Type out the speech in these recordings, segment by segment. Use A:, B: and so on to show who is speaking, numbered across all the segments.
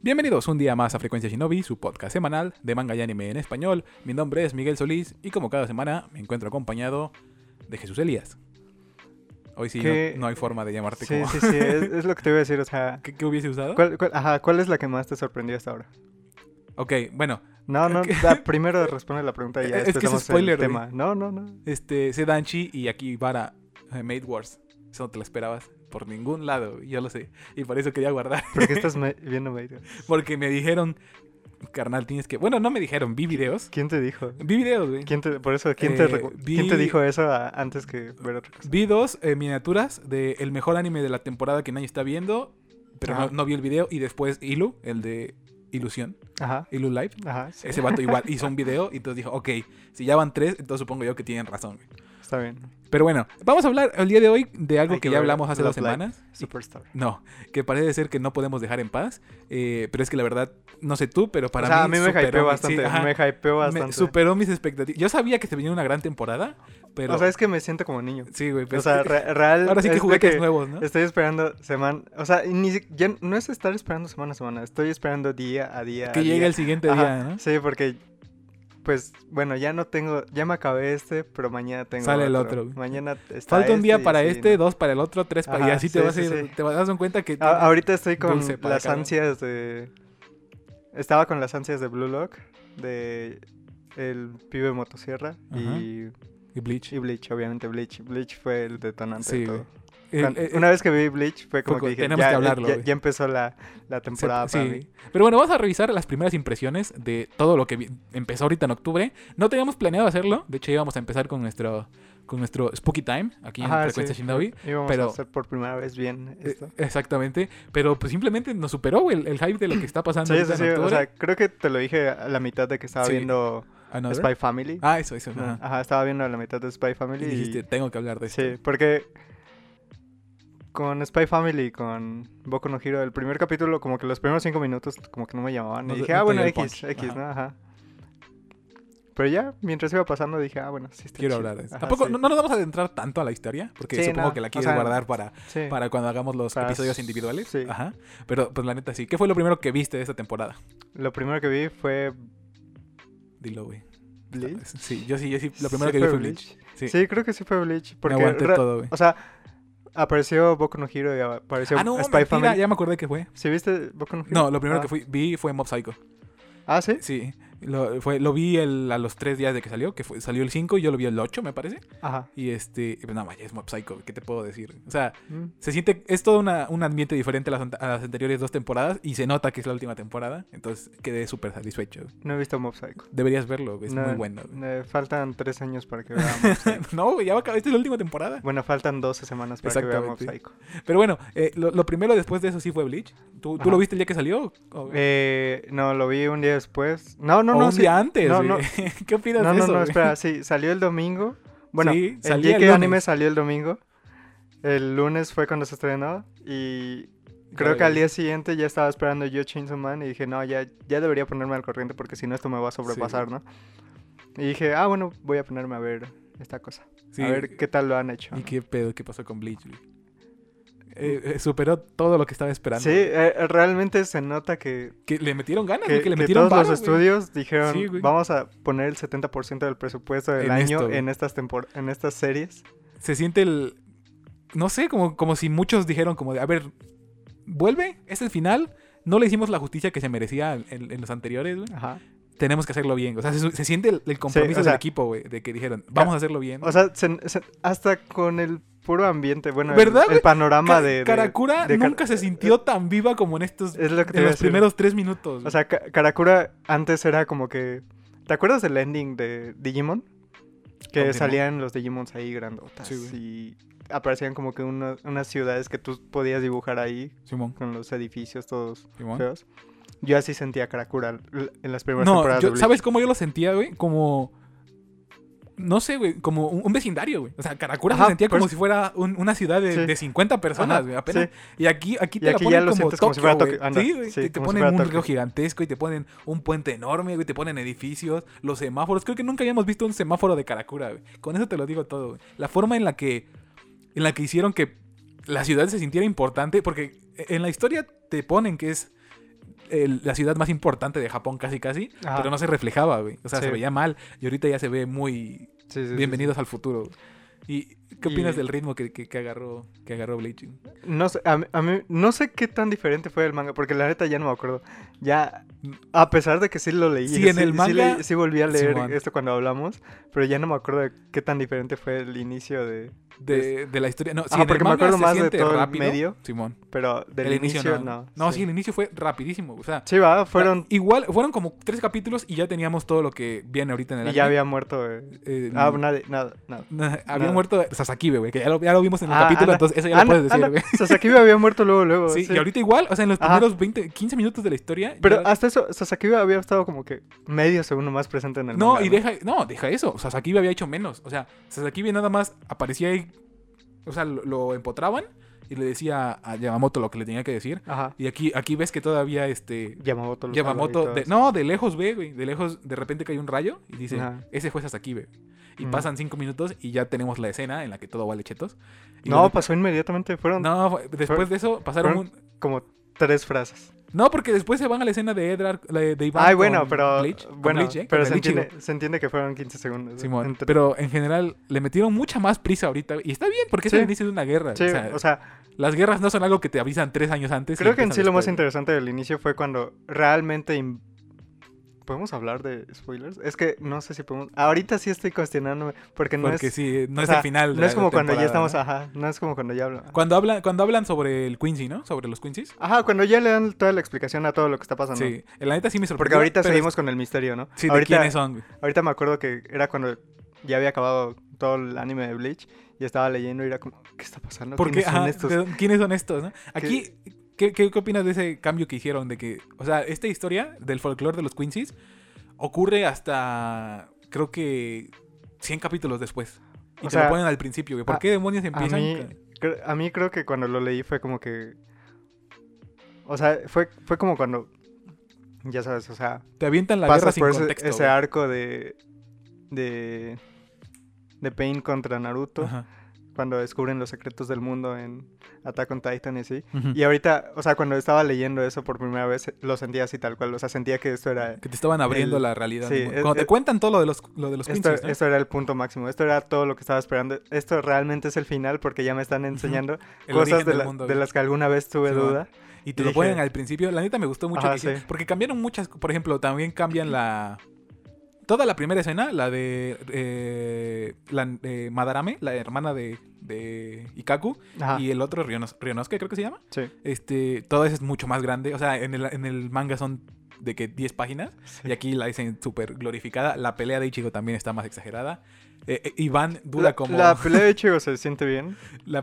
A: Bienvenidos un día más a Frecuencia Shinobi, su podcast semanal de manga y anime en español. Mi nombre es Miguel Solís y como cada semana me encuentro acompañado de Jesús Elías. Hoy sí,
B: ¿Qué?
A: no, no hay forma de llamarte
B: Sí,
A: como...
B: sí, sí, es, es lo que te iba a decir, o sea,
A: ¿Qué, qué hubiese usado?
B: ¿cuál, cuál- ajá, ¿cuál es la que más te sorprendió hasta ahora?
A: Ok, bueno,
B: No, no,
A: ¿Qué?
B: da- primero responde la pregunta y ya
A: Es
B: después
A: que es
B: damos
A: spoiler,
B: el
A: güey.
B: tema. No, no, no.
A: este, Sedanchi y aquí Vara, eh, Made Wars. Eso no te lo esperabas por ningún lado, yo lo sé. Y por eso quería guardar,
B: ¿Por qué estás me- viendo Maiden?
A: porque me dijeron, carnal, tienes que... Bueno, no me dijeron, vi videos.
B: ¿Quién te dijo?
A: Vi videos, güey.
B: ¿Quién te, por eso, ¿quién, te,
A: Eh,
B: recu-
A: vi-
B: ¿quién te dijo eso a- antes que ver otra cosa?
A: Vi dos eh, miniaturas de el mejor anime de la temporada que nadie está viendo, pero no,
B: Ajá.
A: no vi el video. Y después Ilu, el de Ilusión,
B: Ajá,
A: Ilu Live.
B: ajá, sí,
A: Ese vato igual hizo un video y entonces dijo, ok, si ya van tres, entonces supongo yo que tienen razón. güey".
B: está bien.
A: Pero bueno, vamos a hablar el día de hoy de algo
B: Hay
A: que,
B: que
A: ya
B: ver
A: hablamos hace dos
B: Love Live.
A: semanas. y-
B: Superstar.
A: no, que parece ser que no podemos dejar en paz. eh, pero es que la verdad, no sé tú, pero para
B: o sea,
A: mí.
B: a mí me
A: superó
B: hypeó
A: mi- sí,
B: bastante,
A: ajá,
B: me hypeó
A: me
B: bastante.
A: superó mis expectativas. Yo sabía que se venía una gran temporada, pero.
B: O sea, es que me siento como niño.
A: sí, güey. pero
B: O
A: es
B: sea,
A: que-
B: re- real.
A: ahora sí
B: es
A: que
B: de
A: juguetes nuevos, ¿no?
B: Estoy esperando semana, o sea, y ni si- ya no es estar esperando semana a semana, estoy esperando día a día. a
A: Que llegue
B: día.
A: el siguiente
B: Ajá,
A: día, ¿no?
B: Sí, porque pues bueno, ya no tengo, ya me acabé este, pero mañana tengo
A: Sale el otro.
B: Mañana está
A: Falta un día
B: este y
A: para
B: así,
A: este,
B: ¿no?
A: dos para el otro, tres para... y
B: Ajá,
A: así te
B: sí,
A: vas a
B: sí,
A: ir-
B: sí. Ah,
A: te vas a dar cuenta que...
B: A- ahorita estoy con
A: dulce para
B: las
A: cada uno.
B: ansias de estaba con las ansias de Blue Lock de el pibe motosierra y,
A: Y Bleach.
B: y Bleach, obviamente Bleach. Bleach fue el detonante
A: Sí,
B: de
A: güey.
B: todo.
A: El-
B: Cuando-
A: el-
B: una vez que vi Bleach fue como
A: fue
B: que
A: cu-
B: dije,
A: tenemos
B: ya,
A: que
B: ya-
A: hablarlo,
B: ya,
A: güey".
B: ya empezó la, la
A: se-
B: temporada para mí.
A: sí. Pero bueno, vamos a revisar las primeras impresiones de todo lo que vi- empezó ahorita en octubre. No teníamos planeado hacerlo. De hecho, íbamos a empezar con nuestro, con nuestro Spooky Time aquí en
B: Ajá,
A: Frecuencia
B: sí.
A: Shinobi.
B: Íbamos
A: pero-
B: a hacer por primera vez bien
A: Eh,
B: esto.
A: Exactamente. Pero pues simplemente nos superó güey, el, el hype de lo que está pasando
B: Sí, sí,
A: ahorita
B: sí.
A: en
B: O
A: octubre.
B: sea, creo que te lo dije a la mitad de que estaba
A: Sí.
B: viendo
A: Another.
B: Spy Family.
A: Ah, eso, eso.
B: Ajá.
A: ajá.
B: estaba viendo a la mitad de Spy Family.
A: Y dijiste, Este. tengo que hablar de esto.
B: Sí, porque con Spy Family, con Boku no Hero, el primer capítulo, como que los primeros cinco minutos, como que no me llamaban.
A: No
B: y
A: te-
B: dije,
A: no
B: ah,
A: te
B: bueno,
A: dio el
B: X,
A: punch.
B: X,
A: Ajá.
B: ¿no? Ajá. Pero ya, mientras iba pasando, dije, ah, bueno, sí está
A: Quiero
B: chido.
A: hablar de esto.
B: Ajá,
A: Tampoco,
B: sí.
A: no, no nos vamos a adentrar tanto a la historia, porque
B: Sí,
A: supongo
B: no,
A: que la
B: o
A: quieres
B: sea,
A: guardar para
B: Sí.
A: para cuando hagamos los
B: Para
A: episodios
B: s-
A: individuales.
B: sí.
A: Ajá. Pero, pues la neta, sí. ¿Qué fue lo primero que viste de esta temporada?
B: Lo primero que vi fue
A: Dilo, güey.
B: Bleach.
A: Sí, yo sí, yo sí. Lo primero
B: Sí
A: que vi fue Bleach. Sí.
B: Sí. creo que sí fue Bleach. Porque
A: aguanté
B: re-
A: todo, güey.
B: O sea, apareció Boku no Hero y apareció
A: Ah, no,
B: Spy
A: mentira,
B: Family.
A: ya me acordé que fue.
B: ¿Sí viste Boku no Hero?
A: No, lo primero
B: Ah.
A: que fui, vi fue Mob Psycho.
B: Ah, ¿sí?
A: Sí, lo, fue, lo vi el- a los tres días de que salió, que fue- salió el 5 y yo lo vi el 8, me parece.
B: Ajá.
A: Y este, pues nada más, es Mob Psycho, ¿qué te puedo decir? O sea,
B: Mm.
A: se siente, es todo una- un ambiente diferente a las, ant- a las anteriores dos temporadas y se nota que es la última temporada, entonces quedé súper satisfecho.
B: No he visto Mob Psycho.
A: Deberías verlo, güey, es
B: No,
A: muy bueno. güey.
B: eh, faltan tres años para que veamos. Mob Psycho.
A: No, güey, ya va a acabar. Esta es la última temporada.
B: bueno, faltan 12 semanas para que veamos Mob
A: Exactamente.
B: Psyco.
A: Pero bueno, eh, lo, lo primero después de eso sí fue Bleach. ¿Tú, tú
B: Ajá.
A: lo viste el día que salió? ¿O-
B: Eh, no, lo vi un día después. No, no,
A: o
B: no.
A: un
B: sí.
A: día antes.
B: No,
A: güey?
B: no.
A: ¿Qué opinas
B: No,
A: de
B: no,
A: eso?
B: no,
A: güey?
B: espera. Sí, salió el domingo. Bueno,
A: Sí,
B: el
A: salía
B: día
A: el
B: que anime
A: lunes.
B: salió el domingo. El lunes fue cuando se estrenó y Creo que al día siguiente ya estaba esperando yo Chainsaw Man y dije, no, ya, ya debería ponerme al corriente porque si no esto me va a sobrepasar, ¿no? Y dije, ah, bueno, voy a ponerme a ver esta cosa.
A: Sí.
B: A ver qué tal lo han hecho.
A: ¿Y
B: ¿no?
A: qué pedo? ¿Qué pasó con Bleach? güey? Eh, eh, superó todo lo que estaba esperando.
B: Sí, eh, realmente se nota que,
A: Que le metieron ganas,
B: que-
A: güey, que le
B: que
A: metieron
B: todos
A: varo,
B: los
A: güey.
B: estudios dijeron,
A: Sí, güey.
B: vamos a poner el 70% del presupuesto del
A: En
B: año
A: esto, güey.
B: en, estas tempor- en estas series.
A: Se siente el... No sé, como, como si muchos dijeron como de, a ver, vuelve, es el final. No le hicimos la justicia que se merecía en, en- en los anteriores, güey.
B: Ajá.
A: Tenemos que hacerlo bien. O sea, se, se siente el, el compromiso
B: o sea-
A: del equipo, güey. De que dijeron, vamos a hacerlo bien.
B: O sea, se- se- hasta con el puro ambiente, bueno, el-
A: ¿Verdad,
B: el,
A: güey?
B: panorama
A: Ka-
B: de... de-
A: Karakura
B: de Kar-
A: nunca se sintió tan viva como en estos
B: Es lo que te
A: en
B: iba
A: los
B: a decir.
A: primeros tres minutos.
B: O sea, Ka- Karakura antes era como que. ¿Te acuerdas del ending de Digimon? Que
A: Digimon?
B: salían los Digimons ahí grandotas.
A: Sí, güey.
B: y aparecían como que uno- unas ciudades que tú podías dibujar ahí,
A: Simón,
B: con los edificios todos
A: Simón.
B: feos. Yo así sentía Karakura l- en las primeras
A: No,
B: temporadas.
A: yo-
B: de Bleach.
A: ¿sabes cómo yo lo sentía, güey? Como. No sé, güey, como un, un vecindario, güey. O sea, Caracura se
B: Ajá,
A: sentía
B: por
A: como
B: eso-
A: si fuera un- una ciudad de,
B: Sí.
A: de 50 personas,
B: Ajá,
A: güey, apenas.
B: sí.
A: Y aquí, aquí te
B: Y
A: la
B: aquí
A: ponen
B: ya lo
A: como,
B: sientes como si fuera
A: Tokio, güey.
B: Tokio, anda,
A: Sí, güey,
B: sí,
A: te, te
B: como si
A: ponen
B: fuera
A: un
B: Tokio.
A: río gigantesco y te ponen un puente enorme, güey, te ponen edificios, los semáforos. Creo que nunca habíamos visto un semáforo de Caracura, güey. Con eso te lo digo todo, güey. La forma en la que en la que hicieron que la ciudad se sintiera importante, porque En la historia te ponen que es el- la ciudad más importante de Japón, casi casi,
B: Ajá.
A: pero no se reflejaba, güey. O sea,
B: Sí.
A: se veía mal y ahorita ya se ve muy
B: Sí, sí, sí,
A: bienvenidos al futuro. ¿Y qué opinas
B: Y-
A: del ritmo que, que- que agarró, que agarró Bleaching?
B: sí. No sé, a mí- a mí- no sé qué tan diferente fue el manga, porque la neta ya no me acuerdo. Ya, a pesar de que sí lo leí.
A: Sí, en el manga-
B: leí- sí volví a leer
A: Simón.
B: esto cuando hablamos, pero ya no me acuerdo de qué tan diferente fue el inicio de...
A: De, de la historia. No, sí,
B: Ah,
A: en el
B: porque me
A: manga
B: acuerdo
A: se
B: más de
A: siente
B: todo el
A: rápido,
B: medio.
A: Simón.
B: Pero del
A: el
B: inicio, no.
A: sí. el inicio fue rapidísimo. O sea,
B: Sí, va, fueron...
A: igual, fueron como tres capítulos y ya teníamos todo lo que viene ahorita Ah, en el
B: Y
A: anime.
B: ya había muerto... eh,
A: Eh,
B: Ah, nadie, nada, nada.
A: na- había
B: nada.
A: muerto Sasakibe, güey, que ya lo, ya lo vimos en el
B: Ah,
A: capítulo,
B: anda.
A: entonces eso ya lo puedes decir, güey.
B: Sasakibe había muerto luego, luego.
A: Sí,
B: sí.
A: y ahorita igual, o sea, en los
B: Ajá.
A: primeros 20, 15 minutos de la historia.
B: Pero ah,
A: ya-
B: hasta eso, Sasakibe había estado como que medio segundo más presente en el
A: No,
B: manga,
A: y deja, no, deja eso. Sasakibe había hecho menos. O sea, Sasakibe nada más aparecía y. O sea, lo, lo empotraban y le decía a Yamamoto lo que le tenía que decir.
B: Ajá.
A: Y aquí, aquí ves que todavía este.
B: Yamamoto los
A: Yamamoto.
B: salva y
A: de- no, de lejos ve, güey. De lejos, de repente cae un rayo y dice,
B: Ajá.
A: ese fue Sasakibe. Y
B: Ujú.
A: pasan cinco minutos y ya tenemos la escena en la que todo vale chetos. Y
B: No,
A: luego-
B: pasó inmediatamente, fueron
A: no, fue- después de eso pasaron
B: fueron-
A: un.
B: como tres frases.
A: No, porque después se van a la escena de Edrar, la de, de Iván.
B: Ay, bueno,
A: con
B: pero
A: Bleach- con
B: bueno,
A: Bleach, ¿eh?
B: pero
A: Con
B: se
A: el Ichigo.
B: entiende, se entiende que fueron 15 segundos.
A: Simón,
B: Entre-
A: pero en general le metieron mucha más prisa ahorita y está bien porque es
B: Sí.
A: el inicio de una guerra.
B: Sí,
A: o sea,
B: o sea,
A: las guerras no son algo que te avisan tres años antes. y
B: creo que en
A: empiezan
B: sí lo más
A: después.
B: interesante del inicio fue cuando realmente im- podemos hablar de spoilers. Es que no sé si podemos. Ahorita sí estoy cuestionándome porque no
A: Porque
B: es
A: sí, no
B: o
A: es
B: sea,
A: el final. de
B: No es
A: la
B: como cuando ya
A: temporada,
B: estamos,
A: ¿no?
B: ajá, no es como cuando ya hablo.
A: Cuando hablan, cuando hablan sobre el Quincy, ¿no? Sobre los Quincy's.
B: Ajá, cuando ya le dan toda la explicación a todo lo que está pasando.
A: Sí, la neta sí me sorprendió.
B: Porque ahorita
A: pero-
B: seguimos con el misterio, ¿no?
A: Sí, de
B: ahorita,
A: quiénes son. güey.
B: ahorita me acuerdo que era cuando ya había acabado todo el anime de Bleach y estaba leyendo y era como, ¿qué está pasando?
A: ¿Por qué?
B: ¿Quiénes son
A: Ajá,
B: estos?
A: ¿de dónde- ¿Quiénes son estos? no? Aquí, ¿qué, qué, qué opinas de ese cambio que hicieron? De que, o sea, esta historia del folclore de los Quincy's ocurre hasta, creo que, 100 capítulos después. Y
B: O
A: te
B: sea,
A: lo ponen al principio. güey.
B: a-
A: ¿Por qué demonios
B: A
A: empiezan?
B: mí,
A: con-
B: cre- a mí creo que cuando lo leí fue como que... O sea, fue, fue como cuando... Ya sabes, o sea,
A: Te avientan la guerra
B: pasas
A: sin
B: por ese,
A: contexto.
B: ese
A: güey.
B: arco de... De... De Pain contra Naruto,
A: Ajá.
B: cuando descubren los secretos del mundo en Attack on Titan y así.
A: Ujú.
B: Y ahorita, o sea, cuando estaba leyendo eso por primera vez, eh, lo sentía así tal cual. O sea, sentía que esto era.
A: Que te estaban abriendo
B: el-
A: la realidad.
B: sí,
A: ¿no?
B: es-
A: Cuando te
B: es-
A: cuentan todo lo de los, lo de los
B: Esto,
A: Quincy's, ¿no?
B: esto era el punto máximo. Esto era todo lo que estaba esperando. Esto realmente es el final porque ya me están enseñando
A: El
B: cosas
A: origen
B: de,
A: del
B: la-
A: mundo,
B: de
A: güey.
B: las que alguna vez tuve
A: Sí,
B: duda.
A: Y te
B: Y
A: lo ponen
B: dije-
A: al principio. La neta me gustó mucho.
B: Ajá,
A: que hicieron-
B: sí.
A: Porque cambiaron muchas. Por ejemplo, también cambian la. Toda la primera escena, la de. eh, la de Madarame, la hermana de, de Ikaku.
B: Ajá,
A: Y el otro, Rionos, Rionosuke, creo que se llama.
B: sí,
A: Este, todo eso es mucho más grande. O sea, en el, en el manga son de que 10 páginas.
B: sí.
A: Y aquí la dicen súper glorificada. La pelea de Ichigo también está más exagerada. Eh, eh, Iván dura
B: la,
A: como.
B: la
A: La...
B: pelea de Ichigo se siente bien.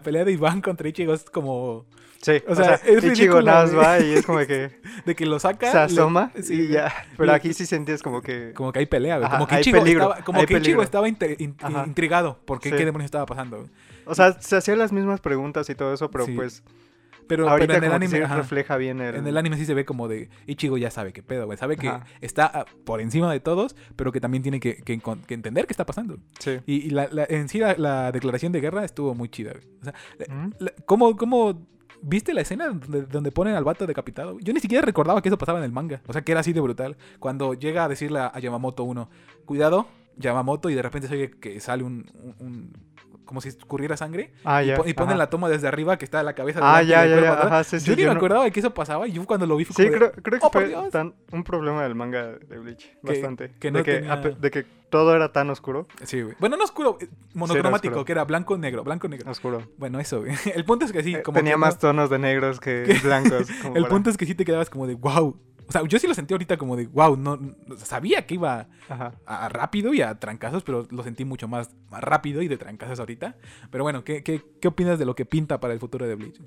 A: pelea de Iván contra Ichigo es como.
B: Sí,
A: O
B: o
A: sea,
B: sea,
A: es
B: Ichigo
A: ridículo,
B: nada más
A: güey.
B: va y es como que
A: De que lo saca.
B: se
A: le-
B: asoma
A: sí,
B: y ya. Pero
A: le-
B: aquí sí sentías como que.
A: Como que hay pelea, güey.
B: Ajá,
A: Como que
B: hay
A: Ichigo
B: peligro,
A: estaba, como
B: hay
A: que Ichigo
B: peligro.
A: estaba inte- in-
B: Ajá.
A: intrigado porque
B: Sí.
A: qué demonios estaba pasando. güey.
B: O sea, se hacían las mismas preguntas y todo eso, pero
A: Sí,
B: pues
A: Pero, pero
B: ahorita
A: en el
B: como que
A: anime,
B: sí
A: ajá,
B: refleja bien el.
A: en el anime sí se ve como de Ichigo ya sabe qué pedo, güey. Sabe que
B: Ajá.
A: está ah, por encima de todos, pero que también tiene que, que encon- que entender qué está pasando.
B: Sí.
A: Y, y la, la- en sí la, la declaración de guerra estuvo muy chida, güey. O sea,
B: ¿Mm?
A: la- ¿cómo, cómo viste la escena donde, donde ponen al vato decapitado? Yo ni siquiera recordaba que eso pasaba en el manga. O sea, que era así de brutal. Cuando llega a decirle a, a Yamamoto uno, cuidado, Yamamoto, y de repente se oye que sale un... un- un- como si escurriera sangre.
B: Ah,
A: y,
B: ya.
A: pon- y ponen
B: ajá.
A: la toma desde arriba que está la cabeza
B: Ah,
A: delante y
B: ya,
A: el
B: ya,
A: cuerpo
B: ya.
A: atrás.
B: Ajá, sí, sí.
A: yo ni me
B: no-
A: acordaba de que eso pasaba. y Yo cuando lo vi fue
B: Sí,
A: como de,
B: creo, creo que
A: "Oh, por
B: fue
A: Dios".
B: tan, un problema del manga de Bleach, bastante.
A: que
B: de,
A: no
B: que,
A: tenía-
B: ape- de que todo era tan oscuro.
A: Sí, güey. Bueno, no oscuro, eh, monocromático,
B: oscuro.
A: que era blanco-negro, blanco-negro.
B: Oscuro.
A: Bueno, eso, güey. El punto es que sí,
B: Eh,
A: como
B: tenía
A: que no-
B: más tonos de negros que blancos. como
A: El
B: para-
A: punto es que sí te quedabas como de wow. O sea, yo sí lo sentí ahorita como de wow, no, no- sabía que iba
B: Ajá.
A: a, a rápido y a trancazos, pero lo sentí mucho más, más rápido y de trancazos ahorita. Pero bueno, ¿qué, qué, qué opinas de lo que pinta para el futuro de Bleach?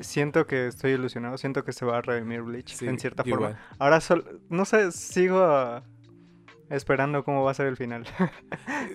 B: Siento que estoy ilusionado, siento que se va a redimir Bleach
A: Sí,
B: en cierta
A: yo
B: forma.
A: igual.
B: Ahora, sol- no sé, sigo ah, esperando cómo va a ser el final.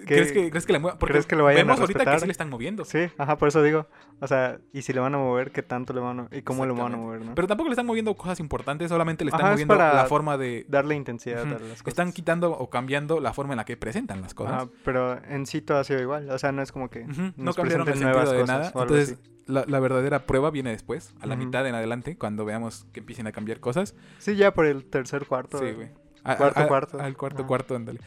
A: ¿Crees que, ¿Crees que le muevan? Porque
B: ¿Crees que lo vayan a
A: vemos ahorita que
B: respetar?
A: sí le están moviendo.
B: Sí, ajá, por eso digo. O sea, y si le van a mover, ¿qué tanto le van a y cómo lo van a
A: Exactamente.
B: mover, no?
A: Pero tampoco le están moviendo cosas importantes, solamente le están
B: Ajá, es
A: moviendo
B: para
A: la forma de...
B: Darle intensidad
A: Ujú.
B: a las cosas.
A: Están quitando o cambiando la forma en la que presentan las cosas.
B: Ajá, pero en sí todo ha sido igual. O sea, no es como que
A: Ujú, No
B: nos
A: cambiaron el
B: presenten
A: sentido de
B: nuevas
A: nada.
B: cosas o algo
A: Entonces, la, la verdadera prueba viene después, a la
B: Ujú.
A: mitad en adelante, cuando veamos que empiecen a cambiar cosas.
B: Sí, ya por el tercer cuarto.
A: Sí, güey. A-
B: Cuarto,
A: a- a-
B: cuarto.
A: Al cuarto,
B: Ajá.
A: cuarto, ándale.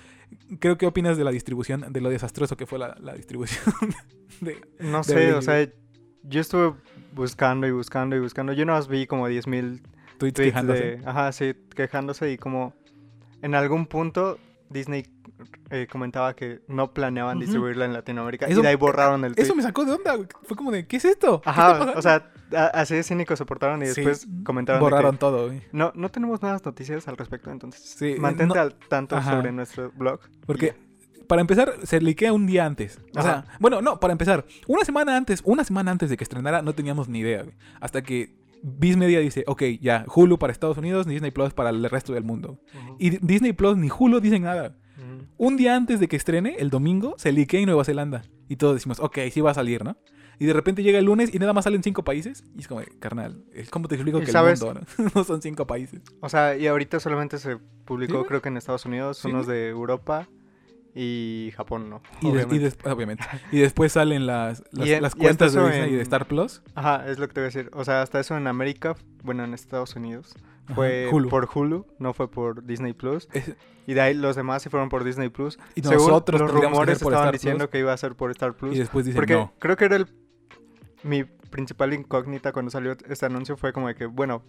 A: Creo que opinas de la distribución, de lo desastroso que fue la, la distribución. de-
B: No
A: de
B: sé,
A: Blade.
B: o sea, yo estuve buscando y buscando y buscando. Yo nomás vi como 10.000
A: tweets
B: tweets
A: quejándose.
B: de... Ajá, sí, quejándose y como en algún punto Disney eh, comentaba que no planeaban
A: Ujú.
B: distribuirla en Latinoamérica
A: Eso-
B: y de ahí borraron el tweet.
A: Eso me sacó de onda, güey. Fue como de, ¿qué es esto? ¿Qué está
B: Ajá,
A: pasando?
B: o sea, a- así de cínicos se portaron y
A: Sí,
B: después comentaron de que
A: Borraron todo, güey.
B: no, no tenemos nuevas noticias al respecto, entonces
A: Sí,
B: mantente
A: no-
B: al tanto
A: Ajá.
B: sobre nuestro blog.
A: Porque, para empezar, se liquea un día antes. O
B: Ajá.
A: sea, bueno, no, para empezar, una semana antes, una semana antes de que estrenara, no teníamos ni idea, güey. Hasta que Viz Media dice, ok, ya, Hulu para Estados Unidos, Disney Plus para el resto del mundo.
B: Ujú.
A: Y Di- Disney Plus ni Hulu dicen nada.
B: Ujú.
A: Un día antes de que estrene, el domingo, se liquea en Nueva Zelanda. Y todos decimos, ok, sí va a salir, ¿no? Y de repente llega el lunes y nada más salen cinco países. Y es como, carnal, eh, ¿cómo te explico
B: ¿Y
A: que
B: sabes?
A: el mundo no, no son cinco países?
B: O sea, y ahorita solamente se
A: Sí,
B: publicó,
A: güey.
B: creo que en Estados Unidos,
A: Sí,
B: unos de Europa y Japón, ¿no?
A: Y, des- y
B: Obviamente.
A: des- obviamente. Y después salen las, las,
B: Y en-
A: las
B: y hasta
A: cuentas de
B: eso
A: Disney y de
B: en-
A: Star Plus.
B: Ajá, es lo que te voy a decir. O sea, hasta eso en América, bueno, en Estados Unidos,
A: Ajá,
B: fue
A: Hulu.
B: por Hulu, no fue por Disney Plus.
A: Es-
B: Y de ahí los demás sí fueron por Disney Plus.
A: y
B: Según
A: nosotros
B: los
A: tendríamos que
B: rumores
A: ser por
B: estaban
A: Star
B: diciendo que iba a ser por Star
A: Plus,
B: Plus.
A: y después dicen
B: Porque
A: no.
B: creo que era el, mi principal incógnita cuando salió este anuncio fue como de que, bueno,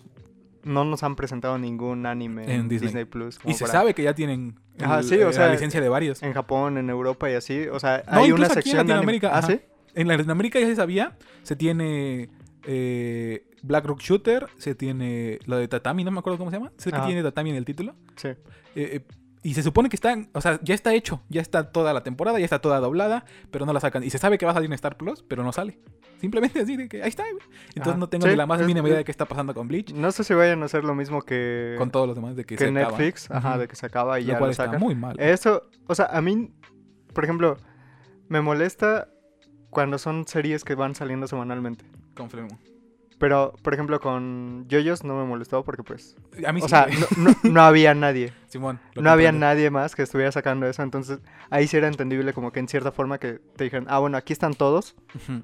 B: no nos han presentado ningún anime
A: En
B: en,
A: Disney.
B: Disney. Plus.
A: Y
B: como
A: se
B: para-
A: sabe que ya tienen el- eh,
B: Ajá, sí, o
A: la
B: sea,
A: licencia de varios.
B: En Japón, en Europa y así. O sea,
A: No,
B: hay una
A: incluso aquí en
B: sección de anime-
A: Latinoamérica,
B: ¿Ah,
A: ajá.
B: sí?
A: En Latinoamérica ya se sabía, se tiene eh, Black Rock Shooter, se tiene la de Tatami, no me acuerdo cómo se llama. Sé que
B: Ajá.
A: tiene Tatami en el título.
B: Sí.
A: Eh, eh, y se supone que están, o sea, ya está hecho, ya está toda la temporada, ya está toda doblada, pero no la sacan. Y se sabe que va a salir en Star Plus, pero no sale. Simplemente así de que ahí está, güey. Entonces
B: Ajá.
A: no tengo
B: Sí,
A: ni la más
B: es-
A: mínima idea de qué está pasando con Bleach,
B: No sé si vayan a hacer lo mismo que,
A: con todos los demás, de que,
B: que
A: se acaba.
B: Netflix, ajá,
A: Ujú.
B: de que se acaba y
A: lo
B: ya
A: cual
B: lo Eh,
A: está
B: sacan.
A: muy mal.
B: Eso, o sea, a mí, por ejemplo, me molesta cuando son series que van saliendo semanalmente.
A: Confirmo.
B: Pero, por ejemplo, con Yoyos no me molestó porque, pues,
A: A mí
B: o
A: sí,
B: sea,
A: güey.
B: no, no- no había nadie.
A: Simón. lo
B: No había
A: comprendo.
B: nadie más que estuviera sacando eso. Entonces, ahí sí era entendible como que en cierta forma que te dijeron, ah, bueno, aquí están todos,
A: Ujú.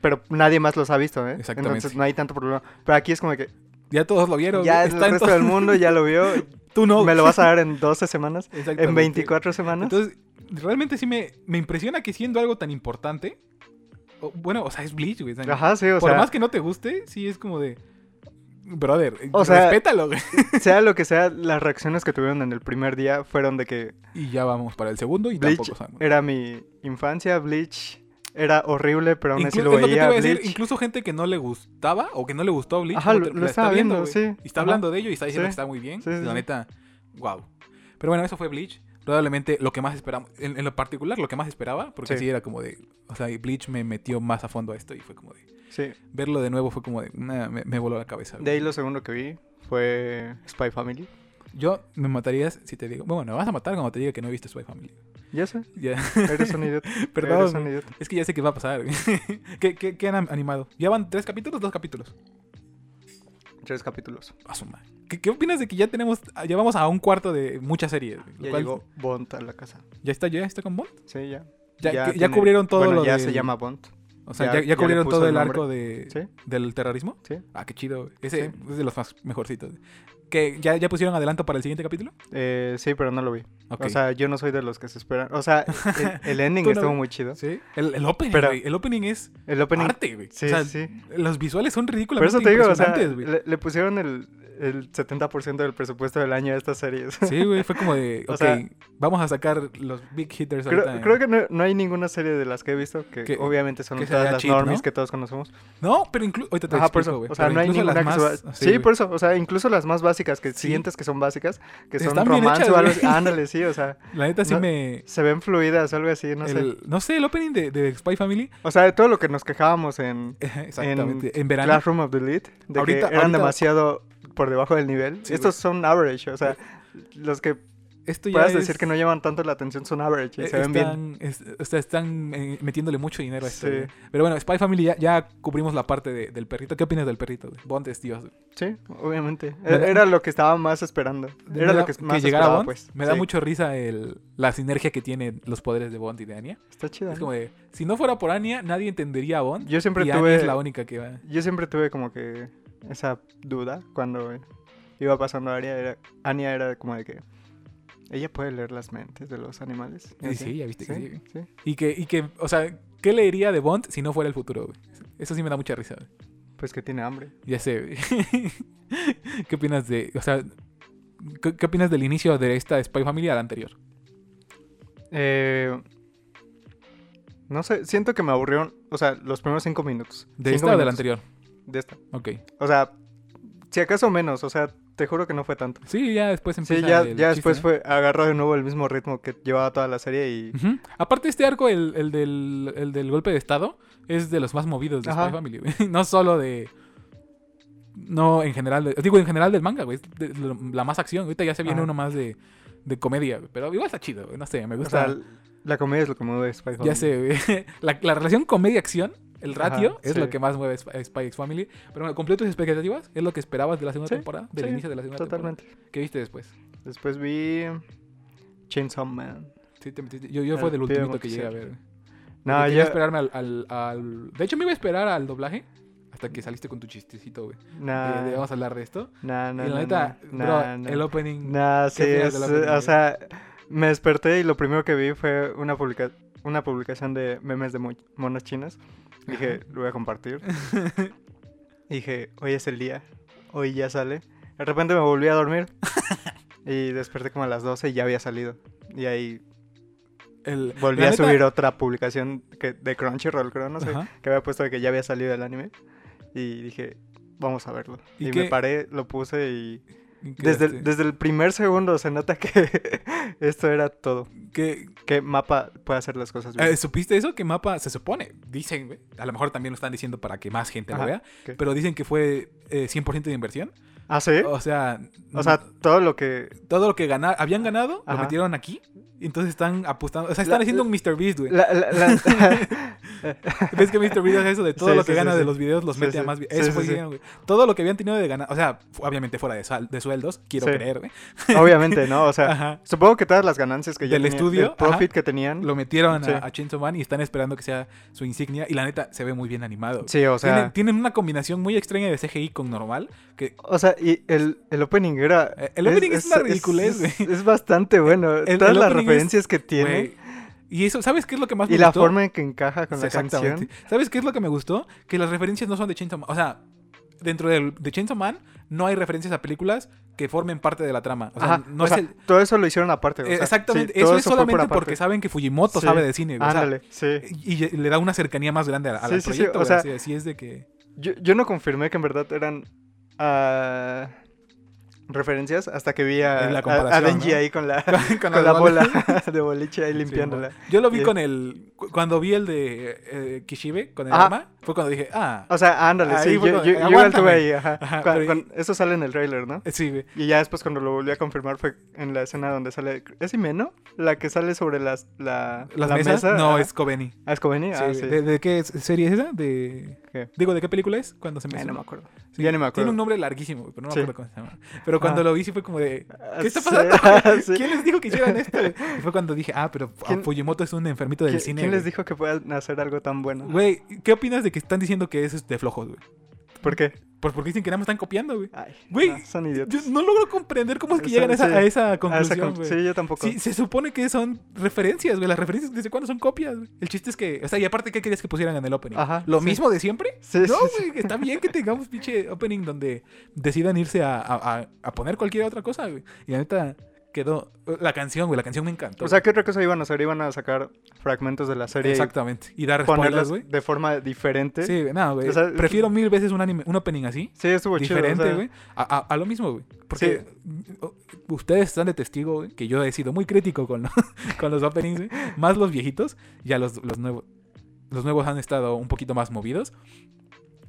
B: pero nadie más los ha visto, ¿eh?
A: Exactamente.
B: Entonces, no hay tanto problema. Pero aquí es como que
A: Ya todos lo vieron.
B: ya
A: güey.
B: el
A: Está en
B: resto
A: todo-
B: del mundo ya lo vio.
A: Tú no.
B: Me lo vas a dar en 12 semanas, en
A: Exactamente.
B: 24 semanas.
A: Entonces, realmente sí me, me impresiona que siendo algo tan importante. o- bueno, o sea, es Bleach, güey. o sea,
B: Ajá, sí, o
A: por
B: sea,
A: más que no te guste, sí es como de. Brother, eh,
B: O sea-
A: respétalo, güey.
B: sea lo que sea, las reacciones que tuvieron en el primer día fueron de que
A: Y ya vamos para el segundo y
B: Bleach
A: tampoco saben.
B: era mi infancia, Bleach era horrible, pero aún así
A: Inclu-
B: lo
A: es lo que te
B: veía,
A: iba a decir,
B: Bleach.
A: incluso gente que no le gustaba o que no le gustó Bleach.
B: Ajá,
A: como
B: lo-
A: te-
B: lo
A: la
B: estaba viendo,
A: güey,
B: sí.
A: Y está
B: Ajá.
A: hablando de ello y está diciendo
B: Sí.
A: que está muy bien.
B: Sí, sí,
A: la
B: sí.
A: neta, wow. Pero bueno, eso fue Bleach. Probablemente lo que más esperamos, en, en lo particular, lo que más esperaba, porque sí.
B: Sí.
A: era como de. O sea, y Bleach me metió más a fondo a esto y fue como de.
B: Sí.
A: Verlo de nuevo fue como de. nah, me, me voló la cabeza. güey.
B: De ahí lo segundo que vi fue Spy Family.
A: Yo me matarías si te digo. Bueno, me vas a matar cuando te diga que no he visto Spy Family.
B: Ya sé,
A: Ya,
B: eres un idiota. Eres un
A: perdón.
B: idiota.
A: Es que ya sé qué va a pasar. güey. ¿Qué, qué, qué han am- animado? ¿Ya van tres capítulos? Dos capítulos.
B: Tres capítulos.
A: A su madre. ¿Qué, qué opinas de que ya tenemos, ya vamos a un cuarto de muchas series? güey? Lo
B: Ya
A: cual-
B: llegó Bond a la casa.
A: ¿Ya está, ya está con Bond.
B: Sí, ya.
A: Ya, que- ya
B: tiene-
A: cubrieron todo
B: bueno,
A: lo
B: ya
A: del- eh,
B: se llama Bond.
A: O sea,
B: Ya-
A: ya, ya
B: ya le
A: cubrieron
B: puso
A: todo el
B: el nombre.
A: arco de,
B: Sí.
A: del terrorismo.
B: Sí.
A: Ah, qué chido. güey. Ese
B: Sí.
A: es de los más mejorcitos. ¿Que ya, ya pusieron adelanto para el siguiente capítulo?
B: Eh, sí, pero no lo vi.
A: Ok.
B: O sea, yo no soy de los que se esperan. O sea, el, el ending
A: Tú no-
B: estuvo muy chido.
A: sí. El, el opening,
B: Pero-
A: güey. El opening es
B: El opening.
A: arte, güey.
B: Sí,
A: o sea,
B: sí.
A: los visuales son
B: Por
A: ridículamente
B: eso te digo, o sea,
A: impresionantes, güey.
B: le, le pusieron el, el 70% del presupuesto del año a estas series.
A: Sí, güey, fue como de,
B: O
A: ok,
B: sea-
A: vamos a sacar los big hitters ahorita
B: creo,
A: en-
B: creo que no, no hay ninguna serie de las que he visto que
A: Que-
B: obviamente son
A: que se
B: todas
A: vea
B: las
A: cheap,
B: normies
A: ¿no?
B: que todos conocemos.
A: No, pero incluso... Ahorita te
B: Ajá, por
A: explico,
B: eso.
A: güey,
B: O sea,
A: pero
B: no hay
A: incluso
B: ninguna
A: las
B: que se
A: más-
B: va-
A: así,
B: Sí, pues,
A: güey.
B: por eso. O sea, incluso las más básicas que
A: Sí.
B: sientes que son básicas, que son
A: Están bien
B: romance
A: hechas,
B: o algo
A: güey.
B: así. Ándale, sí, o sea,
A: La neta sí
B: No-
A: me...
B: se ven fluidas o algo así, no sé.
A: el- No sé, el opening de, de Spy Family.
B: O sea, de todo lo que nos quejábamos en
A: Exactamente. En, verano.
B: Classroom of the Elite, de
A: Ahorita-
B: que eran
A: ahorita-
B: demasiado por debajo del nivel.
A: Sí,
B: Estos son average, o sea, los que
A: esto ya
B: Puedes
A: es-
B: decir que no llevan tanto la atención, son average y
A: eh,
B: se ven bien.
A: están, es- o sea, están eh, metiéndole mucho dinero a esto.
B: Sí.
A: güey. Pero bueno, Spy Family ya, ya cubrimos la parte de- del perrito. ¿Qué opinas del perrito? güey? Bond es Dios. güey.
B: Sí, obviamente. E-,
A: Me da-
B: Era, era lo que estaba más esperando.
A: Me
B: Era
A: da-
B: lo que más
A: llegara
B: esperaba,
A: Bond.
B: pues.
A: Me da
B: Sí,
A: mucho risa el, la sinergia que tienen los poderes de Bond y de Anya.
B: Está chido.
A: Es
B: ¿no?
A: como de, si no fuera por Anya, nadie entendería a Bond.
B: Yo siempre
A: y Anya
B: tuve- Ah,
A: es la única que va.
B: Yo siempre tuve como que esa duda cuando iba pasando a Anya. Era, Anya era como de que... Ella puede leer las mentes de los animales.
A: Sí, sí, ya viste que sí.
B: sí.
A: Y que, y que, o sea, ¿qué leería de Bond si no fuera el futuro? güey? Eso sí me da mucha risa. güey.
B: Pues que tiene hambre.
A: Ya sé. güey. ¿Qué opinas de, o sea, ¿qué, qué opinas del inicio de esta Spy Family a la anterior?
B: Eh, no sé, siento que me aburrieron, o sea, los primeros cinco minutos.
A: ¿De
B: Cinco
A: esta o de la
B: minutos.
A: anterior?
B: De esta.
A: Ok.
B: O sea, si acaso menos, o sea, te juro que no fue tanto.
A: Sí, ya después empieza.
B: Sí, ya,
A: el
B: ya
A: chiste,
B: después
A: ¿no?
B: fue, agarró de nuevo el mismo ritmo que llevaba toda la serie y...
A: Ujú. Aparte, este arco, el, el del, el del golpe de estado, es de los más movidos de
B: Ajá.
A: Spy Family, güey. No solo de. No, en general. de- digo, en general del manga, güey. es de- lo- la más acción. Ahorita ya se viene
B: Ajá.
A: uno más de, de comedia, güey. Pero igual está chido, güey. No sé, me
B: O
A: gusta.
B: sea, la comedia es lo que mueve Spy Family.
A: ya sé, güey. La, la relación comedia-acción, el
B: Ajá,
A: ratio, es
B: sí.
A: lo que más mueve Sp- Spy X Family. Pero bueno, ¿cumplió tus expectativas? ¿Es lo que esperabas de la segunda
B: Sí,
A: temporada? Del
B: sí,
A: inicio de la segunda temporada.
B: Totalmente.
A: ¿Qué viste después?
B: Después vi Chainsaw Man.
A: Sí, te metiste- yo, yo
B: El
A: fue del
B: pibe
A: último que llegué a ver.
B: Monticelli.
A: güey.
B: No,
A: Porque quería
B: yo...
A: esperarme al, al- al- De hecho, me iba a esperar al doblaje hasta que saliste con tu chistecito, güey.
B: Nah,
A: Eh, de, vamos a hablar de esto.
B: nah, nah,
A: y la
B: nah,
A: neta,
B: nah,
A: bro,
B: nah, nah.
A: el opening...
B: Nah, sí,
A: opinas de
B: es-
A: la película?
B: o sea, me desperté y lo primero que vi fue una, publica una publicación de memes de mo- monas chinas. Dije, lo voy a compartir. Dije, hoy es el día, hoy ya sale. De repente me volví a dormir y desperté como a las 12 y ya había salido. Y ahí
A: el-
B: volví
A: la
B: a
A: neta-
B: subir otra publicación que, de Crunchyroll, creo, no sé,
A: Ajá.
B: que había puesto de que ya había salido el anime. Y dije, vamos a verlo.
A: ¿Y
B: Y,
A: qué?
B: me paré, lo puse y
A: Y quedaste-
B: desde el, desde el primer segundo se nota que esto era todo.
A: que-
B: Que Mapa puede hacer las cosas bien.
A: eh, ¿Supiste eso? Que Mapa, se supone, dicen, güey, a lo mejor también lo están diciendo para que más gente lo
B: Ajá,
A: vea,
B: ok.
A: pero dicen que fue eh, 100% de inversión.
B: ¿Ah, sí?
A: O sea,
B: O sea, todo lo que...
A: todo lo que ganar, habían ganado, lo
B: Ajá.
A: metieron aquí, y entonces están apostando, o sea, están
B: La-
A: haciendo un Mr. Beast, güey.
B: la- la- la-
A: ¿Ves que Mr. Video hace eso de todo
B: Sí,
A: lo que
B: sí,
A: gana
B: sí,
A: de
B: sí.
A: los videos los
B: Sí,
A: mete a
B: sí.
A: más vi-
B: Sí,
A: Eso
B: sí,
A: fue lo
B: sí.
A: que hicieron, güey. Todo lo que habían tenido de ganar, o sea, fu- obviamente fuera de, sal- de sueldos, quiero
B: Sí. Ah.
A: creer, güey.
B: obviamente, ¿no? O sea,
A: Ajá.
B: supongo que todas las ganancias que ya
A: Del
B: tenía-
A: estudio,
B: el profit
A: ajá.
B: que tenían...
A: Lo metieron a-
B: Sí.
A: a, Chainsaw Man y están esperando que sea su insignia y la neta se ve muy bien animado. güey.
B: Sí, o
A: tienen,
B: sea...
A: tienen una combinación muy extraña de CGI con normal. Que
B: O sea, y el, el opening era...
A: Eh, el opening es una ridiculez,
B: es,
A: güey.
B: es bastante bueno.
A: El-
B: todas
A: el opening
B: las
A: es,
B: referencias que tiene
A: güey, y eso, ¿sabes qué es lo que más me
B: y la
A: gustó?
B: forma en que encaja con la
A: Exactamente.
B: canción.
A: ¿Sabes qué es lo que me gustó? Que las referencias no son de Chainsaw Man. O sea, dentro del- de Chainsaw Man no hay referencias a películas que formen parte de la trama. O sea,
B: Ajá,
A: no
B: o
A: es
B: sea,
A: el- Eh,
B: Todo eso lo hicieron aparte. o sea, sí,
A: Exactamente,
B: todo
A: eso es
B: fue por
A: solamente
B: aparte.
A: porque saben que Fujimoto
B: Sí,
A: sabe de cine, güey. O sea,
B: Ándale, sí.
A: y y le da una cercanía más grande al, al
B: Sí, sí, sí,
A: proyecto,
B: o
A: güey,
B: sea-
A: así- así es de que...
B: Yo, yo no confirmé que en verdad eran ah, referencias hasta que vi a,
A: En la
B: a- a
A: comparación,
B: Denji
A: ¿no?
B: ahí con la,
A: Con
B: con
A: las
B: la
A: bolas.
B: bola de boliche ahí limpiándola.
A: Sí, Yo lo vi
B: Y-
A: con el... cu- Cuando vi el de eh, Kishibe, con el
B: Ajá.
A: arma, fue cuando dije, ah...
B: o sea, ándale,
A: Ahí
B: sí,
A: fue
B: yo,
A: cuando-
B: yo- yo igual
A: aguántame.
B: estuve ahí, ajá.
A: Ajá,
B: Cuan-
A: pero-
B: cuan- eso sale en el trailer, ¿no?
A: Sí, güey.
B: Y ya después cuando lo volví a confirmar fue en la escena donde sale... ¿Es Imeno? La que sale sobre las, la,
A: ¿Las
B: la
A: mesas? No,
B: ajá.
A: es Kobeni.
B: ¿Ah, es Kobeni? Ah,
A: Sí,
B: sí.
A: ¿De, de qué es- serie es esa? De...
B: ¿Qué?
A: Digo, ¿de qué película es? Cuando se me...
B: Ay, no me acuerdo.
A: Sí,
B: ya ni me acuerdo.
A: Tiene un nombre larguísimo, güey, pero no me
B: Sí.
A: acuerdo cómo se llama. Pero cuando
B: Ah.
A: lo vi sí fue como de... ¿Qué está
B: Sí,
A: pasando?
B: sí.
A: ¿Quién les dijo que hicieran esto? güey? Y fue cuando dije, ah, pero ah,
B: ¿Quién-
A: Fujimoto es un enfermito del
B: ¿Qui-
A: cine.
B: ¿Quién
A: güey.
B: les dijo que puedan hacer algo tan bueno?
A: Güey, ¿qué opinas de que están diciendo que es de flojos, güey?
B: ¿Por qué?
A: Pues porque dicen que nada más están copiando, güey.
B: Ay,
A: Güey,
B: no, son idiotas.
A: Yo no logro comprender cómo es que
B: Sí,
A: llegan a esa,
B: sí.
A: a esa
B: Ah, esa
A: conclusión,
B: con-
A: güey.
B: Sí, yo tampoco.
A: Sí, se supone que son referencias, güey. Las referencias, ¿desde cuándo son copias? güey? El chiste es que... O sea, y aparte, ¿qué querías que pusieran en el opening?
B: Ajá,
A: ¿Lo
B: sí.
A: mismo de siempre?
B: Sí,
A: no,
B: sí, sí.
A: güey. Está bien que tengamos pinche opening donde decidan irse a, a- a- a poner cualquier otra cosa, güey. Y la neta quedó... La canción, güey. La canción me encantó.
B: O sea, ¿qué otra cosa iban a hacer? Iban a sacar fragmentos de la
A: güey.
B: serie
A: Exactamente. Y dar
B: y
A: spoilers,
B: ponerlos
A: güey.
B: de forma diferente. Sí,
A: Sí, güey, no, güey.
B: O sea,
A: Prefiero mil veces un, anime, un opening así
B: estuvo chido. o
A: diferente,
B: sea,
A: güey. a, a- a lo mismo, güey. Porque o- ustedes están de testigo, güey, que yo he sido muy crítico con, los- con los openings, güey. Más los viejitos, ya los, los nuevos. Los nuevos han estado un poquito más movidos.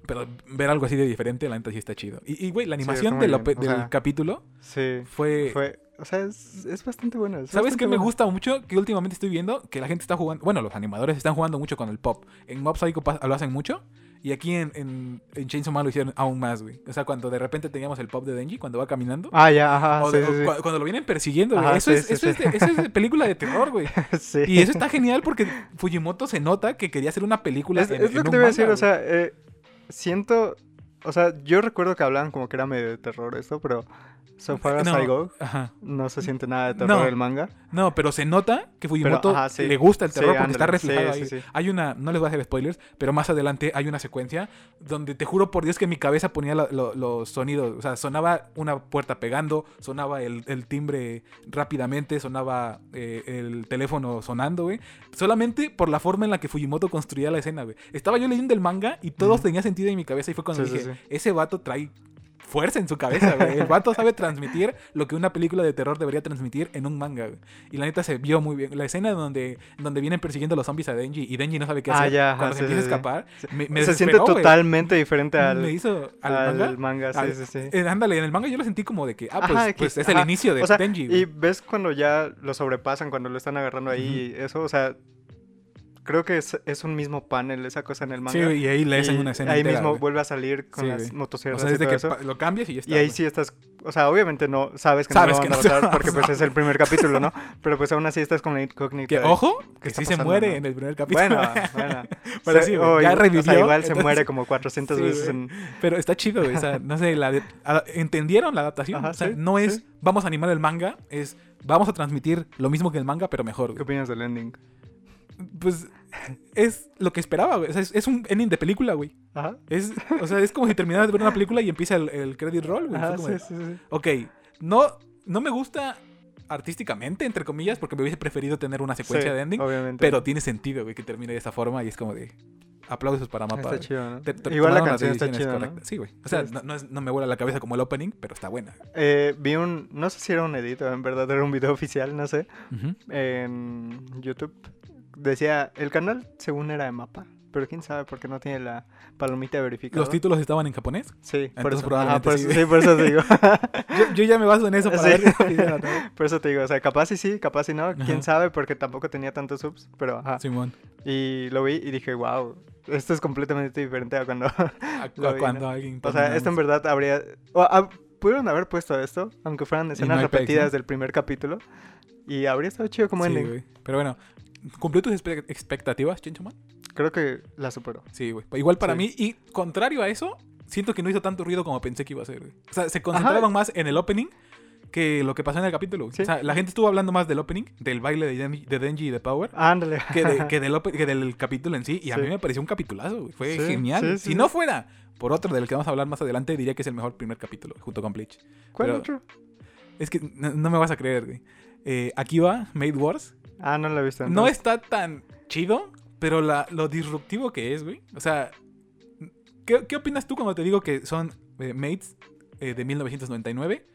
A: Pero ver algo así de diferente, la neta sí está chido. Y, y, güey, la
B: Sí, está
A: animación
B: muy
A: de la
B: bien,
A: pe-
B: o
A: del
B: sea,
A: capítulo
B: Sí.
A: fue...
B: Fue, o sea, es, es bastante bueno. es
A: Eh. ¿Sabes
B: bastante
A: qué me
B: bueno.
A: gusta mucho? Que últimamente estoy viendo que la gente está jugando... Bueno, los animadores están jugando mucho con el pop. En Mob Psycho pas- lo hacen mucho. Y aquí en, en, en Chainsaw Man lo hicieron aún más, güey. O sea, cuando de repente teníamos el pop de Denji, cuando va caminando.
B: Ah, ya, ajá.
A: o
B: Sí,
A: de- o
B: sí,
A: cua- Cuando lo vienen persiguiendo, güey.
B: Ajá,
A: eso,
B: sí,
A: es,
B: sí,
A: eso,
B: sí.
A: Es de, eso es de película de terror, güey.
B: sí.
A: Y eso está genial porque Fujimoto se nota que quería hacer una película.
B: Es,
A: en-
B: es
A: en
B: lo que
A: un
B: te voy a decir,
A: manga,
B: o sea, eh, siento. O sea, yo recuerdo que hablaban como que era medio de terror esto, pero So Far As
A: No.
B: I Go
A: güey. Ajá.
B: no se siente nada de terror
A: No.
B: el manga.
A: No, pero se nota que Fujimoto
B: Pero, ajá, sí.
A: le gusta el
B: Sí,
A: terror porque está
B: ándale, sí,
A: reflejado ahí.
B: sí, sí.
A: Hay una, no les voy a hacer spoilers, pero más adelante hay una secuencia donde te juro por Dios que mi cabeza ponía lo- lo- los sonidos. O sea, sonaba una puerta pegando, sonaba el, el timbre rápidamente, sonaba eh, el teléfono sonando, güey. Solamente por la forma en la que Fujimoto construía la escena, güey. Estaba yo leyendo el manga y todo
B: Ujú.
A: tenía sentido en mi cabeza y fue cuando
B: Sí, sí,
A: dije, ese vato trae fuerza en su cabeza, güey. El vato sabe transmitir lo que una película de terror debería transmitir en un manga, güey. Y la neta se vio muy bien. La escena donde, donde vienen persiguiendo los zombies a Denji y Denji no sabe qué
B: Ah,
A: hacer
B: ya, ajá,
A: cuando se
B: sí,
A: empieza
B: sí,
A: a
B: sí.
A: escapar. Me, me
B: se siente
A: desesperó, güey.
B: totalmente diferente
A: Me
B: al,
A: hizo al,
B: al
A: manga.
B: manga. Sí,
A: al-
B: sí, sí.
A: Eh, ándale, en el manga yo lo sentí como de que, ah, pues,
B: Ajá, que-
A: pues es el
B: ajá.
A: inicio de
B: O sea,
A: Denji, güey.
B: Y ves cuando ya lo sobrepasan, cuando lo están agarrando ahí, y eso, o sea, creo que es, es un mismo panel esa cosa en el
A: Sí,
B: manga.
A: güey, y ahí le hacen
B: y
A: una escena
B: Ahí
A: entera,
B: mismo
A: güey.
B: vuelve a salir con
A: Sí,
B: las
A: güey. O
B: motosierras
A: sea,
B: y
A: es de
B: todo
A: que
B: eso.
A: pa- lo cambias y ya está.
B: Y ahí
A: güey.
B: sí estás, o sea, obviamente no, sabes que
A: Sabes
B: no
A: que
B: lo
A: no
B: van a
A: se va
B: matar
A: a
B: porque pues es el primer capítulo, ¿no? Pero pues aún así estás con la incógnita.
A: Que,
B: de-
A: ojo, que
B: ¿qué está
A: sí se
B: pasando,
A: muere
B: no?
A: en el primer capítulo.
B: Bueno, bueno.
A: Pero
B: Se-
A: sí, güey, ya
B: o igual- o sea,
A: revivió,
B: igual se
A: entonces-
B: muere como 400
A: Sí,
B: veces
A: güey.
B: en...
A: Pero está chido, güey. O sea, no sé, la de- a- ¿entendieron la adaptación?
B: Ajá,
A: o sea,
B: sí,
A: no es
B: sí.
A: vamos a animar el manga, es vamos a transmitir lo mismo que el manga, pero mejor,
B: ¿Qué
A: güey.
B: opinas del ending?
A: Pues es lo que esperaba, güey. O sea, es, es un ending de película, güey.
B: Ajá.
A: Es, o sea, es como si terminaras de ver una película y empieza el, el credit roll, güey. Fue
B: Ajá,
A: como
B: sí,
A: de,
B: sí, sí.
A: Ok, no, no me gusta artísticamente, entre comillas, porque me hubiese preferido tener una secuencia
B: Sí,
A: de ending,
B: obviamente.
A: pero tiene sentido, güey, que termine de esa forma y es como de aplausos para Mapa.
B: Está
A: güey.
B: chido, ¿no?
A: Te- te-
B: Igual la
A: tomaron las
B: canción está
A: decisiones
B: chida, ¿no?
A: correctas. Sí, güey. O sea,
B: Sí,
A: no, no es- no me vuela la cabeza como el opening, pero está buena.
B: Eh, vi un, no sé si era un edit, o en verdad era un video oficial, no sé, en YouTube. Decía, el canal según era de mapa, pero quién sabe por qué no tiene la palomita verificada.
A: ¿Los títulos estaban en japonés?
B: Sí, por
A: Entonces
B: eso, ajá,
A: probablemente
B: por
A: sí.
B: eso- sí, por eso te digo.
A: Yo, yo ya me baso en eso para
B: Sí.
A: ver si era, ¿no?
B: Por eso te digo, o sea, capaz y sí, capaz y no,
A: Ajá.
B: quién sabe, porque tampoco tenía tantos subs, pero ajá.
A: Simón.
B: Y lo vi y dije, wow, esto es completamente diferente a cuando...
A: A-
B: Lo
A: a
B: vi,
A: cuando
B: ¿no?
A: alguien
B: o
A: pone
B: sea,
A: una
B: esto en
A: música.
B: verdad habría... o, ah, Pudieron haber puesto esto, aunque fueran escenas
A: MyPace,
B: repetidas
A: ¿no?
B: del primer capítulo, y habría estado chido como
A: Sí,
B: ending.
A: güey. Pero bueno, ¿cumplió tus espe- expectativas, Chainsaw Man?
B: Creo que la superó.
A: Sí, güey. Igual para
B: Sí.
A: mí, y contrario a eso, siento que no hizo tanto ruido como pensé que iba a hacer, güey. O sea, se concentraron más en el opening que lo que pasó en el capítulo. güey.
B: Sí.
A: O sea, la gente estuvo hablando más del opening, del baile de Denji, de Denji y de Power,
B: Ándale.
A: que, de- que del, ope- que del capítulo en sí. Y a
B: Sí.
A: mí me pareció un capitulazo, güey. Fue
B: Sí,
A: genial.
B: sí,
A: si
B: sí,
A: no
B: sí.
A: fuera por otro del que vamos a hablar más adelante, diría que es el mejor primer capítulo, junto con Bleach.
B: ¿Cuál
A: pero-
B: otro?
A: Es que no, no me vas a creer, güey. Eh, aquí va, Made Wars.
B: Ah, no lo he visto.
A: No
B: entonces.
A: está tan chido, pero la, lo disruptivo que es, güey. O sea, ¿qué, qué opinas tú cuando te digo que son eh, Mates eh, de 1999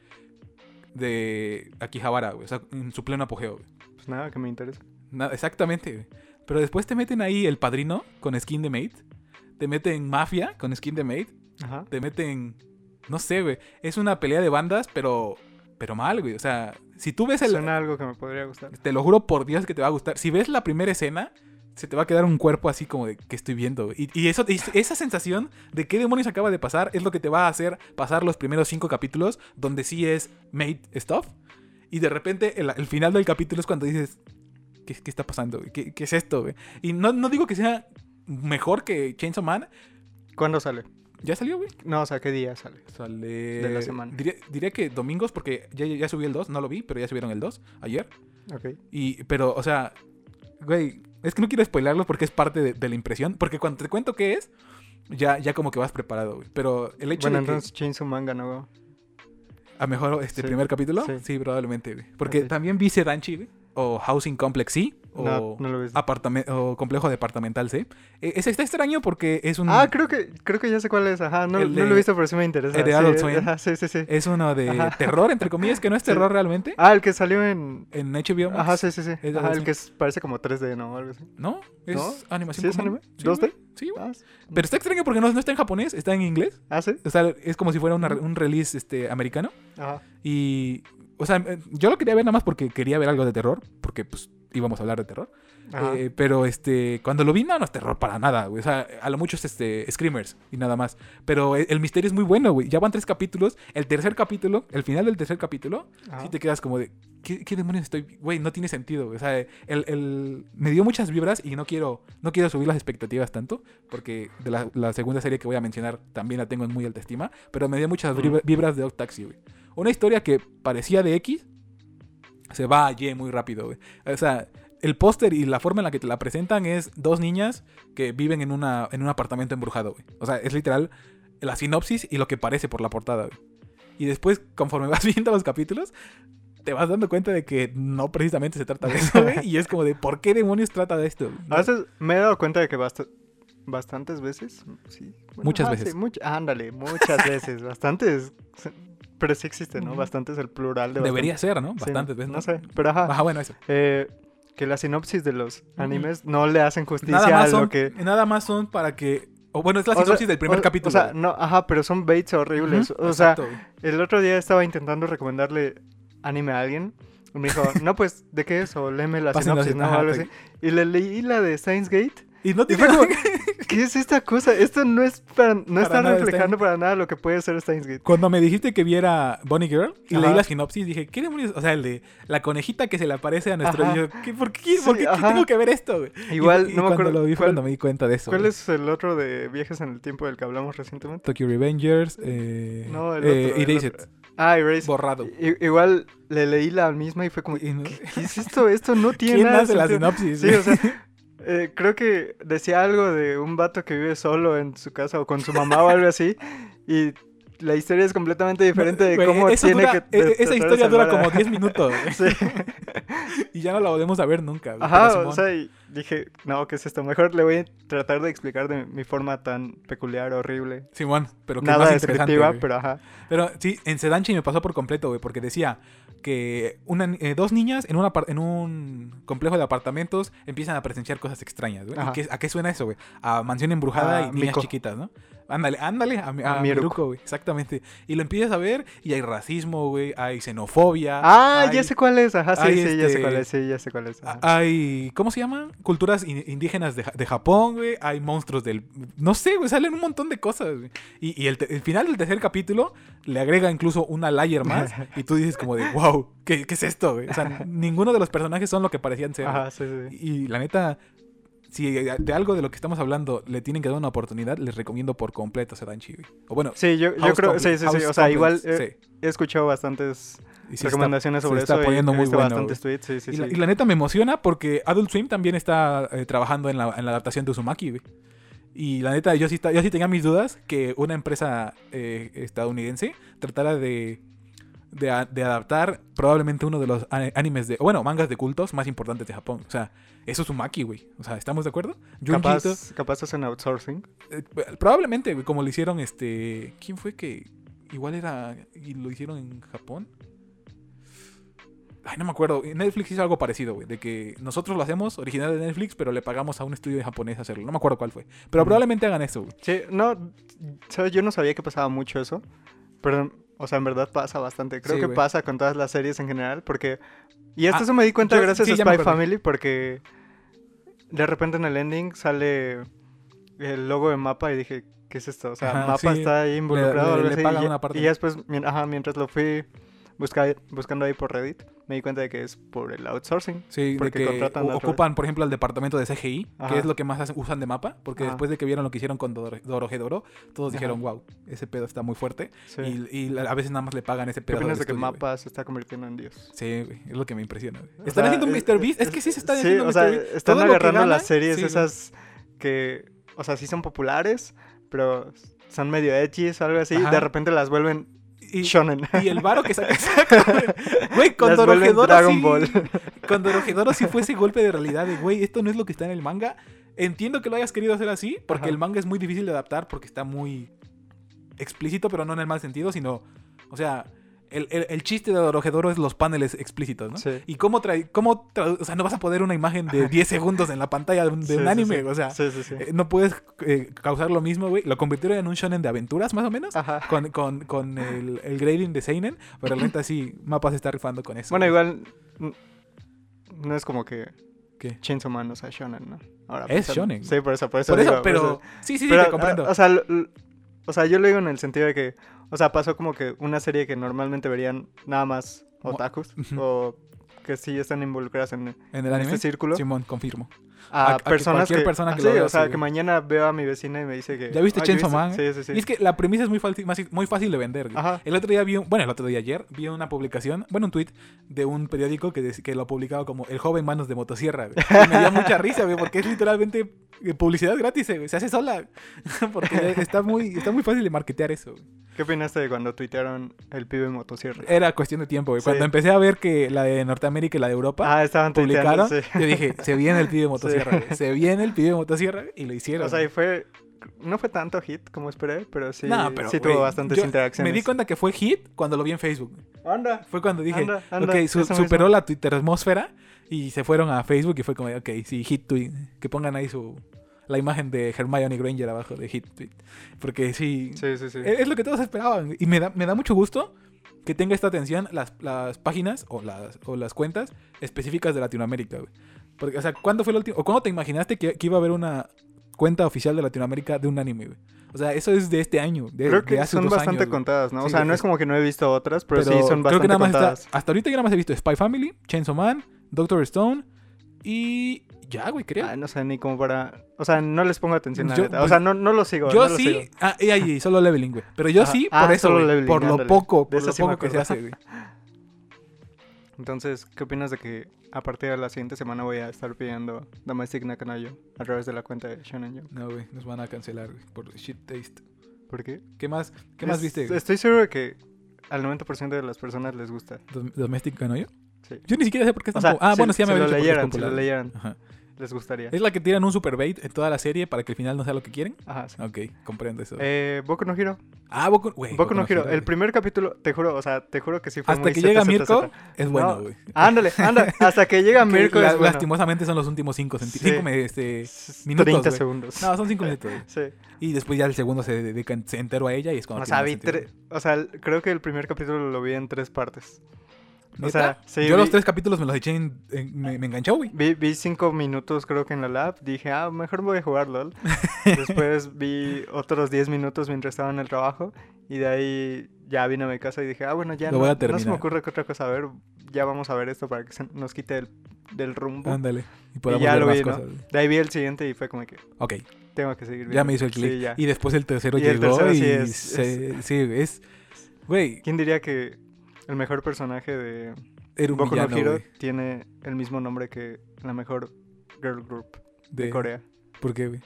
A: de Akihabara, güey? O sea, en su pleno apogeo, güey.
B: Pues nada, que me interesa.
A: Nada, exactamente, güey. Pero después te meten ahí el padrino con skin de Mate. Te meten Mafia con skin de Mate.
B: Ajá.
A: Te meten. No sé, güey. Es una pelea de bandas, pero. Pero mal, güey. O sea, si tú ves el.
B: Suena algo que me podría gustar.
A: Te lo juro por Dios que te va a gustar. Si ves la primera escena, se te va a quedar un cuerpo así como de que estoy viendo. güey. Y, y eso, y esa sensación de qué demonios acaba de pasar es lo que te va a hacer pasar los primeros cinco capítulos donde sí es made stuff. Y de repente el, el final del capítulo es cuando dices, ¿qué, qué está pasando? güey? ¿Qué, qué es esto? güey?". Y no, no digo que sea mejor que Chainsaw Man.
B: ¿Cuándo sale?
A: Ya salió, güey.
B: No, o sea, ¿qué día sale?
A: Sale...
B: De la semana.
A: Diría, diría que domingos porque ya, ya subí el 2, no lo vi, pero ya subieron el 2 ayer.
B: Ok.
A: Y, pero, o sea, güey, es que no quiero spoilarlo porque es parte de, de la impresión. Porque cuando te cuento qué es, ya, ya como que vas preparado, güey. Pero el hecho
B: Bueno,
A: de
B: entonces Chainsaw Man ganó.
A: que a mejor este
B: Sí,
A: primer capítulo, sí,
B: sí.
A: probablemente, güey. Porque
B: Ok.
A: también vi Sedanchi, güey, o Housing Complex, sí. o
B: No, no lo he visto.
A: apartame- o complejo departamental C. Eh, ese está extraño porque es un...
B: Ah, creo que, creo que ya sé cuál es. Ajá, no,
A: El
B: no
A: de-
B: lo he visto, pero sí me interesa.
A: el de
B: sí,
A: Adult Swim.
B: ajá, sí, sí, sí.
A: Es uno de
B: Ajá.
A: terror, entre comillas, que no es
B: Sí.
A: terror realmente.
B: Ah, el que salió en.
A: En HBO Max.
B: Ajá, sí, sí, sí.
A: de
B: Ajá,
A: Adult
B: el que es- parece como 3D, ¿no? Algo así.
A: ¿No? Es
B: ¿No?
A: animación.
B: ¿Sí es
A: común.
B: anime?
A: Sí,
B: ¿2D?
A: güey. Sí, güey.
B: Ah, sí.
A: Pero está extraño porque no, no está en japonés, está en inglés.
B: Ah, sí.
A: O sea, es como si fuera una re- un release este, americano.
B: Ajá.
A: Y, o sea, eh, yo lo quería ver nada más porque quería ver algo de terror, porque pues íbamos a hablar de terror.
B: Ajá.
A: Eh, pero este, cuando lo vi, no, no es terror para nada, güey. O sea, a lo mucho es este, Screamers y nada más. Pero e- el, misterio es muy bueno, güey. Ya van tres capítulos. El tercer capítulo, el final del tercer capítulo,
B: Ajá.
A: sí te quedas como de, ¿qué, qué demonios estoy? vi-?" Güey, no tiene sentido. güey. O sea, el, el- me dio muchas vibras y no quiero, no quiero subir las expectativas tanto, porque de la, la segunda serie que voy a mencionar también la tengo en muy alta estima, pero me dio muchas
B: Ujú.
A: vibra- vibras de Dog Taxi, güey. Una historia que parecía de X se va a Y muy rápido, güey. O sea, el póster y la forma en la que te la presentan es dos niñas que viven en, una, en un apartamento embrujado, güey. O sea, es literal la sinopsis y lo que parece por la portada, güey. Y después, conforme vas viendo los capítulos, te vas dando cuenta de que no precisamente se trata de eso, güey. Y es como de, ¿por qué demonios trata de esto?
B: A veces me he dado cuenta de que basta- bastantes veces, sí. bueno,
A: Muchas
B: ajá,
A: veces.
B: sí, much- ándale, muchas veces, bastantes. Pero sí existe, ¿no?
A: Ujú.
B: Bastantes el plural de
A: Debería
B: bastante.
A: ser, ¿no?
B: Sí,
A: Bastantes veces.
B: No sé, pero ajá.
A: Ajá, bueno, eso.
B: eh, que la sinopsis de los animes no le hacen justicia
A: Nada
B: a
A: más,
B: lo
A: son,
B: que...
A: nada más son para que... O bueno, es la
B: o sea,
A: sinopsis del primer
B: o-
A: capítulo.
B: O sea,
A: güey.
B: no, ajá, pero son baits horribles.
A: Ujú,
B: o sea,
A: exacto, güey.
B: el otro día estaba intentando recomendarle anime a alguien. Y me dijo, no, pues, ¿de qué es? O léeme la
A: Pásenla,
B: sinopsis, ¿no?
A: ajá,
B: algo
A: te-
B: así. Y le leí la de Steins Gate.
A: Y no
B: Y
A: tiene...
B: fue como, ¿qué es esta cosa? Esto no es para, no está
A: nada
B: reflejando para nada lo que puede ser Steins Gate.
A: Cuando me dijiste que viera Bonnie Girl y
B: Ajá.
A: leí la sinopsis, dije, ¿qué demonios? O sea, el de la conejita que se le aparece a nuestro
B: Ajá.
A: yo, ¿qué, ¿Por qué,
B: Sí,
A: por qué- qué
B: ajá.
A: tengo que ver esto? güey? Y-
B: Igual,
A: y
B: no me
A: cuando
B: acuerdo.
A: lo vi fue
B: ¿cuál,
A: cuando me di cuenta de eso.
B: cuál
A: güey.
B: es el otro de Viajes en el Tiempo del que hablamos recientemente?
A: Tokyo Revengers, eh,
B: No, el
A: eh,
B: otro, el
A: Erased,
B: otro. Ah, Erase.
A: borrado.
B: I- igual le leí la misma y fue como,
A: Y no-
B: ¿qué es esto? Esto no tiene
A: ¿Quién
B: nada de
A: hace la
B: sentido".
A: sinopsis?
B: Sí, o sea, eh, creo que decía algo de un vato que vive solo en su casa o con su mamá o algo así. Y la historia es completamente diferente de
A: Güey,
B: cómo
A: eso
B: tiene
A: dura-
B: que. de
A: eh,
B: tratar
A: esa
B: de
A: historia dura
B: salvar a-
A: como 10 minutos güey,
B: Sí.
A: y ya no la volvemos a ver nunca. güey,
B: Ajá,
A: pero
B: o
A: Simón.
B: sea, y dije, no, ¿qué es esto? Mejor le voy a tratar de explicar de mi forma tan peculiar, horrible.
A: Simón, pero que es
B: Nada
A: más interesante.
B: descriptiva,
A: güey.
B: pero ajá.
A: Pero sí, en Sedanchi me pasó por completo, güey, porque decía que una, eh, dos niñas en, una, en un complejo de apartamentos empiezan a presenciar cosas extrañas, güey. ¿Y
B: Ajá.
A: qué- ¿A qué suena eso, güey? A mansión embrujada
B: A
A: y niñas
B: Mico.
A: chiquitas, ¿no? Ándale, ándale, a, mi- a
B: A
A: Miruko,
B: Miruko.
A: güey. Exactamente. Y lo empiezas a ver y hay racismo, güey, hay xenofobia.
B: Ah,
A: hay,
B: ya sé cuál es, ajá, sí,
A: hay
B: sí, ya sé
A: este-
B: cuál es, sí, ya sé cuál es. ajá.
A: a- Ah, Hay, ¿cómo se llaman? Culturas in- indígenas de, Ja- de Japón, güey. Hay monstruos del... No sé, güey, salen un montón de cosas. güey. Y, y el, te- el final del tercer capítulo le agrega incluso una layer más. y tú dices como de, wow, ¿qué, qué es esto, güey? O sea, ninguno de los personajes son lo que parecían ser.
B: Ajá, sí, sí. sí.
A: Y la neta, si de algo de lo que estamos hablando le tienen que dar una oportunidad, les recomiendo por completo Sedanchi, güey. O bueno,
B: Sí, yo, yo
A: House
B: creo,
A: Complex-
B: sí, sí, sí,
A: House
B: o sea, igual
A: Complex,
B: eh,
A: sí.
B: he escuchado bastantes
A: Y sí se está-
B: recomendaciones
A: se
B: sobre
A: está
B: eso
A: poniendo
B: y he
A: muy
B: visto
A: bueno,
B: bastantes tweets, sí, sí,
A: y,
B: sí.
A: La, y la neta me emociona porque Adult Swim también está eh, trabajando en la, en la adaptación de Uzumaki, güey. Y la neta, yo sí, esta- yo sí tenía mis dudas que una empresa eh, estadounidense tratara de, de, a- de adaptar probablemente uno de los a- animes de, o bueno, mangas de cultos más importantes de Japón. O sea, es Uzumaki, güey. O sea, ¿estamos de acuerdo? Junji Ito-
B: Capaz, capaz hacen outsourcing.
A: eh, probablemente, güey, como lo hicieron este. ¿Quién fue que.? Igual era. Y lo hicieron en Japón. Ay, no me acuerdo. Netflix hizo algo parecido, güey. De que nosotros lo hacemos original de Netflix, pero le pagamos a un estudio japonés a hacerlo. No me acuerdo cuál fue. Pero
B: Mm.
A: probablemente hagan eso, güey.
B: Sí, no, ¿sabes? yo no sabía que pasaba mucho eso, pero, o sea, en verdad pasa bastante. Creo
A: Sí,
B: que
A: güey.
B: pasa con todas las series en general, porque... Y
A: Ah,
B: esto se me di cuenta
A: yo-
B: gracias
A: sí,
B: a
A: ya me
B: Spy
A: acordé.
B: Family, porque de repente en el ending sale el logo de Mapa y dije, ¿qué es esto? O sea,
A: Ajá,
B: Mapa
A: sí,
B: está ahí involucrado.
A: le-
B: o algo
A: le
B: así,
A: paga
B: y, ya-
A: una parte.
B: y ya después, mien- ajá, mientras lo fui busca- buscando ahí por Reddit, me di cuenta de que es por el outsourcing.
A: Sí, de
B: Porque
A: que
B: contratan
A: o-
B: a través-
A: ocupan, por ejemplo, el departamento de CGI, que
B: Ajá.
A: es lo que más hacen- usan de mapa, porque
B: Ajá.
A: después de que vieron lo que hicieron con Dor- Dorohedoro, todos
B: Ajá.
A: dijeron, wow, ese pedo está muy fuerte.
B: Sí.
A: Y, y a veces nada más le pagan ese
B: ¿Qué
A: pedo. al
B: opinas de que
A: estudio, güey.
B: Mapa se está convirtiendo en Dios?
A: Sí, güey, es lo que me impresiona. güey.
B: O
A: Están
B: sea,
A: haciendo un
B: es-
A: Mr. Beast.
B: es-
A: Es que sí se están
B: sí,
A: haciendo
B: o sea,
A: Mr. Beast.
B: están
A: Todo lo que
B: agarrando
A: ganan,
B: las series
A: sí, güey.
B: esas que, o sea, sí son populares, pero son medio edgy o algo así, y
A: Ajá.
B: de repente las vuelven
A: y,
B: Shonen.
A: y el varo que saca. saca- Güey, con
B: Las vuelven
A: Dorojedoro
B: Dragon
A: sí-
B: Ball.
A: Con Dorojedoro sí fue ese golpe de realidad de, güey, esto no es lo que está en el manga. Entiendo que lo hayas querido hacer así, porque
B: Ajá.
A: el manga es muy difícil de adaptar, porque está muy explícito, pero no en el mal sentido, sino, o sea, el, el- el chiste de Dorojedoro es los paneles explícitos, ¿no?
B: Sí.
A: Y cómo trae, cómo, tra- o sea, no vas a poner una imagen de 10 segundos en la pantalla de un, de
B: Sí,
A: un
B: sí,
A: anime,
B: sí.
A: o sea,
B: Sí, sí, sí.
A: eh, no puedes eh, causar lo mismo, güey. Lo convirtieron en un shonen de aventuras, más o menos.
B: Ajá.
A: Con, con- con el, el grading de Seinen, pero la neta sí, Mapa se está rifando con eso.
B: Bueno,
A: güey.
B: igual. n- No es como que.
A: ¿Qué?
B: Chainsaw Man, o sea, Shonen, ¿no? Ahora,
A: Es
B: pensando-
A: shonen.
B: Sí, por eso, por eso.
A: Por eso,
B: digo, por
A: pero.
B: eso.
A: Sí, sí, sí,
B: Pero, ah,
A: te comprendo.
B: O sea, l- l- o sea, yo lo digo en el sentido de que. O sea, pasó como que una serie que normalmente verían nada más
A: Mo-
B: otakus.
A: Ujú.
B: O que sí están involucradas en,
A: en el
B: en
A: anime.
B: este círculo.
A: Simón, confirmo.
B: a,
A: a- a que
B: personas
A: cualquier
B: que,
A: persona
B: ah,
A: que
B: sí,
A: lo vea,
B: o sea,
A: sí.
B: que mañana veo a mi vecina y me dice que
A: ¿Ya viste
B: "Oye,
A: Chainsaw Man?
B: Sí, sí, sí.
A: Y es que la premisa es muy, falti- más- muy fácil de vender. güey.
B: Ajá.
A: El otro día vi un, bueno, el otro día ayer vi una publicación, bueno, un tweet de un periódico que, des- que lo publicaba como El joven manos de motosierra. güey. Y me dio mucha risa, güey, porque es literalmente eh, publicidad gratis, eh, güey. Se hace sola. Porque está muy, está muy fácil de marketear eso. güey.
B: ¿Qué opinaste de cuando tuitearon el pibe motosierra?
A: Era cuestión de tiempo, güey. Cuando
B: Sí.
A: empecé a ver que la de Norteamérica y la de Europa
B: Ah, estaban tuiteando.
A: publicaron,
B: Sí.
A: yo dije, se viene el pibe de motosierra. güey. Se viene el pibe de motosierra y lo hicieron.
B: O sea, y fue. No fue tanto hit como esperé, pero sí,
A: No, pero,
B: sí tuvo
A: güey,
B: bastantes
A: yo
B: interacciones.
A: Me di cuenta que fue hit cuando lo vi en Facebook.
B: Anda,
A: Fue cuando dije,
B: anda, anda,
A: ok, su-
B: eso
A: superó
B: mismo.
A: la Twittermosfera y se fueron a Facebook y fue como, ok, sí, hit tweet. Que pongan ahí su la imagen de Hermione Granger abajo de hit tweet. Porque sí,
B: Sí, sí, sí.
A: es, es lo que todos esperaban. Y me da, me da mucho gusto que tenga esta atención las, las páginas o las, o las cuentas específicas de Latinoamérica, güey. Porque, o sea, ¿cuándo fue el último? ¿O cuándo te imaginaste que, que iba a haber una cuenta oficial de Latinoamérica de un anime, güey? O sea, eso es de este año, de,
B: Creo
A: de
B: que
A: hace
B: son
A: dos
B: bastante
A: años, güey.
B: contadas, ¿no?
A: Sí,
B: o sea,
A: creo
B: no
A: que
B: es como que no he visto otras, pero, sí
A: creo
B: son bastante
A: que nada más está-
B: contadas.
A: hasta ahorita yo nada más he visto Spy Family, Chainsaw Man, Doctor Stone y ya, güey, creo.
B: Ah, no sé, ni como para. O sea, no les pongo atención, la
A: Yo- pues,
B: neta. O sea, no, no lo sigo.
A: yo
B: no lo sigo.
A: sí, ah, y ahí, solo leveling, güey. Pero yo
B: Ajá.
A: sí,
B: Ah,
A: por eso,
B: Solo
A: güey,
B: Leveling,
A: por lo
B: ándale.
A: poco,
B: De
A: por
B: eso
A: lo
B: sí me
A: poco que se
B: acuerdo.
A: hace, güey.
B: Entonces, ¿qué opinas de que a partir de la siguiente semana voy a estar pidiendo Domestic Nakanayo a través de la cuenta de Shonen Jump?
A: No, güey, nos van a cancelar, güey, por shit taste.
B: ¿Por qué?
A: ¿Qué más, qué más
B: Es-
A: viste? güey?
B: Estoy seguro de que al 90% de las personas les gusta.
A: Dom- Domestic Canoyo.
B: Sí.
A: Yo ni siquiera sé por qué es
B: O
A: tan
B: sea,
A: po- Ah,
B: si-
A: bueno, sí, ya
B: si
A: me
B: lo
A: habían dicho por qué es
B: leyeran, si lo
A: popular.
B: leyeran,
A: Ajá.
B: les gustaría.
A: Es la que tiran un super bait en toda la serie para que el final no sea lo que quieren.
B: Ajá, sí.
A: Ok, comprendo eso.
B: Eh, Boku no Hiro.
A: ah, Boku, güey,
B: Boku no Hiro. El
A: güey.
B: primer capítulo, te juro, o sea, te juro que sí fue
A: Hasta
B: muy
A: que
B: zeta,
A: llega
B: zeta,
A: Mirko,
B: zeta.
A: es
B: No,
A: bueno, güey.
B: Ándale, ándale. Hasta que llega
A: Que
B: Mirko
A: la-
B: es bueno.
A: Lastimosamente son los últimos 5
B: Sí.
A: centímetros.
B: S-
A: minutos,
B: 30
A: güey.
B: segundos.
A: este, No, son 5 minutos. güey.
B: Sí.
A: Y después ya el segundo se dedica en- se entero a ella y es cuando.
B: O
A: tiene
B: sea,
A: más
B: vi
A: sentido.
B: tre- o sea, el- creo que el primer capítulo lo vi en tres partes. O sea,
A: ¿Neta?
B: sí,
A: Yo los
B: vi-
A: tres capítulos me los eché en. en- me, me enganchó, güey.
B: Vi, vi cinco minutos creo que en la lab, dije, ah, mejor voy a jugar LOL. Después vi otros 10 minutos mientras estaba en el trabajo y de ahí ya vine a mi casa y dije, ah, bueno, ya
A: Lo
B: no,
A: voy a
B: no se me
A: terminar.
B: ocurre que otra cosa, a ver, ya vamos a ver esto para que se nos quite del, del rumbo.
A: Ándale. Y podamos
B: ya
A: ver
B: lo
A: más
B: vi, ¿no?
A: cosas. güey.
B: De ahí vi el siguiente y fue como que
A: Ok,
B: tengo que seguir
A: ya
B: viendo".
A: me hizo el clic.
B: Sí, ya.
A: Y después el tercero
B: Y el
A: llegó
B: tercero
A: y.
B: sí es-
A: se- Sí, es. Güey,
B: ¿Quién diría que el mejor personaje de
A: era un
B: Boku no
A: villano,
B: Hero
A: güey,
B: tiene el mismo nombre que la mejor girl group de,
A: de-
B: Corea?
A: ¿Por qué, güey?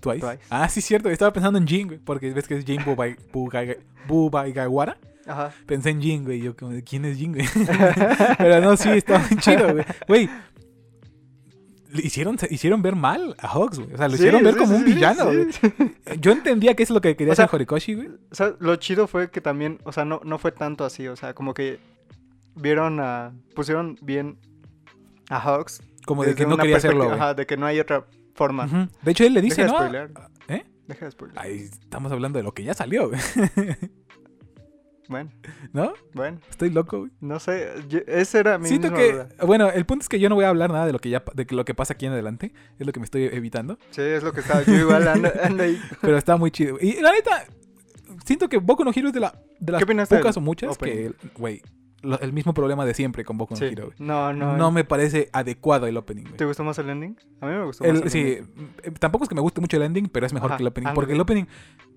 A: Twice.
B: Twice.
A: Ah, sí, cierto. Estaba pensando en Jin, güey. Porque ves que es Jin Bubai- Bugai- Bubaigawara.
B: Ajá.
A: Pensé en Jin, güey. Yo, como, de, ¿quién es Jin, güey? Pero no, sí, está muy chido, güey. Güey, le hicieron, se- hicieron ver mal a Hawks, güey. O sea, Ah, lo
B: Sí,
A: hicieron ver
B: sí,
A: como
B: sí,
A: un
B: sí,
A: villano,
B: sí.
A: güey. Yo entendía que eso es lo que quería
B: O sea,
A: hacer Horikoshi, güey.
B: O sea, lo chido fue que también, o sea, no, no fue tanto así, o sea, como que vieron a, pusieron bien a Hawks.
A: Como de
B: desde
A: que no
B: una
A: quería hacerlo,
B: perspectiva-
A: güey.
B: Ajá, de que no hay otra forma.
A: Ujú. De hecho, él le
B: Deja
A: dice,
B: de
A: ¿no?
B: spoiler.
A: ¿eh?
B: Deja de spoiler.
A: Ahí estamos hablando de lo que ya salió, güey.
B: Bueno,
A: ¿No?
B: bueno,
A: Estoy loco, güey.
B: no sé, yo- esa era mi
A: Siento
B: misma
A: que,
B: duda.
A: bueno, el punto es que yo no voy a hablar nada de lo que ya, de lo que pasa aquí en adelante. Es lo que me estoy evitando.
B: Sí, es lo que estaba, yo igual ando, ando ahí.
A: Pero está muy chido. Y la neta, siento que Boku no Hero es de, la, de las
B: ¿Qué opinaste
A: pocas o
B: del
A: muchas
B: opening?
A: que, güey, lo- el mismo problema de siempre con Boku no
B: Sí.
A: Hero, güey.
B: No, no, eh.
A: No, me parece adecuado el opening, güey.
B: ¿Te gustó más el ending? A mí me gustó
A: El-
B: más el
A: sí,
B: ending.
A: eh, tampoco es que me guste mucho el ending, pero es mejor
B: Ajá,
A: que el opening.
B: ándale.
A: Porque el opening,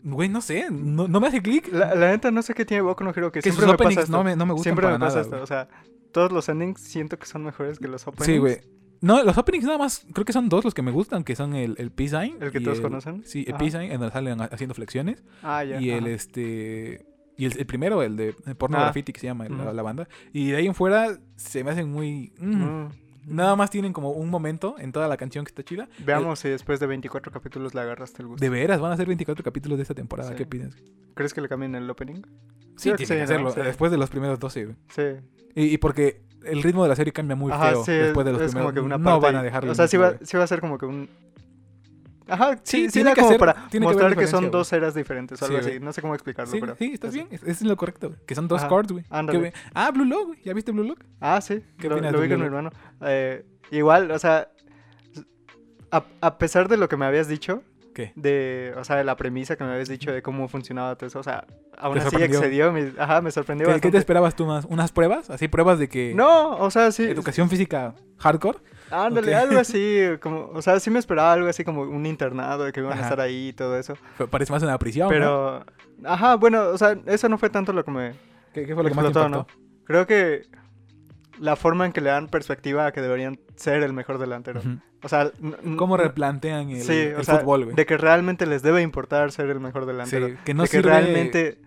A: güey, no sé, no, no me hace clic.
B: La, la neta no sé qué tiene Boku no Hero, que,
A: que sus
B: siempre me pasa
A: openings
B: esto.
A: no me, no me gustan
B: siempre
A: para
B: me pasa
A: nada,
B: esto,
A: güey.
B: o sea, todos los endings siento que son mejores que los openings.
A: Sí, güey. No, los openings nada más, creo que son dos los que me gustan, que son el, el peace sign.
B: El que
A: y
B: todos conocen.
A: Sí, el
B: Ajá.
A: peace sign, en donde salen haciendo flexiones.
B: Ah, ya.
A: y el,
B: ajá.
A: este... Y el, el primero, el de Porno
B: Ah.
A: Graffiti, que se llama el- la,
B: Ujú.
A: la banda. Y de ahí en fuera se me hacen muy... mm.
B: Mm.
A: Nada más tienen como un momento en toda la canción que está chida. El-
B: Veamos si después de 24 capítulos le agarraste el gusto.
A: de veras, van a ser 24 capítulos de esta temporada.
B: Sí.
A: ¿Qué opinas?
B: ¿Crees que le cambien el opening?
A: Sí,
B: Creo
A: tienen que
B: que sí, ¿no?
A: hacerlo.
B: Sí.
A: Después de los primeros 12, güey.
B: Sí.
A: Y, y porque el ritmo de la serie cambia muy
B: Ajá,
A: feo
B: sí.
A: después de los
B: es
A: primeros.
B: como que una
A: no
B: parte
A: van
B: ahí.
A: a dejarlo.
B: O sea, sí
A: mismo,
B: va,
A: güey.
B: sí va a ser como que un. Ajá,
A: Sí,
B: sí, sí,
A: tiene
B: da
A: que
B: como
A: hacer-
B: para
A: tiene que haber
B: mostrar que,
A: diferencia,
B: son
A: güey.
B: dos eras diferentes o
A: Sí,
B: algo así.
A: güey.
B: No sé cómo explicarlo,
A: Sí,
B: pero.
A: sí, estás
B: eso.
A: bien. Es, es lo correcto, güey. Que son dos
B: Ajá,
A: chords, güey.
B: ándale.
A: Qué bien. Ah, Blue Lock, güey. ¿Ya viste Blue Lock?
B: Ah, sí.
A: ¿Qué
B: lo,
A: opinas
B: lo
A: de
B: vi con mi
A: Lilo?
B: hermano. Eh, igual, o sea, a, a pesar de lo que me habías dicho,
A: ¿Qué?
B: de, o sea, de la premisa que me habías dicho de cómo funcionaba todo eso, o sea, aún
A: Te
B: así
A: sorprendió.
B: excedió, mi- ajá, me
A: ¿Qué,
B: sorprendió
A: qué te
B: bastante.
A: esperabas tú más? ¿Unas pruebas? ¿Así pruebas de que
B: no, o sea, sí,
A: educación física hardcore?
B: ándale,
A: ok.
B: algo así, como, o sea, sí me esperaba algo así como un internado, de que iban
A: Ajá.
B: a estar ahí y todo eso,
A: Fue- Parece más una prisión, ¿no?
B: pero, ajá, bueno, o sea, eso no fue tanto lo que me,
A: ¿Qué, qué fue lo que más te
B: explotó,
A: impactó?
B: creo que la forma en que le dan perspectiva a que deberían ser el mejor delantero,
A: Ujú.
B: o sea, n- n-
A: ¿Cómo
B: n-
A: replantean el,
B: sí,
A: el
B: o sea,
A: fútbol, güey?
B: De que realmente les debe importar ser el mejor delantero.
A: Sí, que no
B: de que
A: sirve-
B: realmente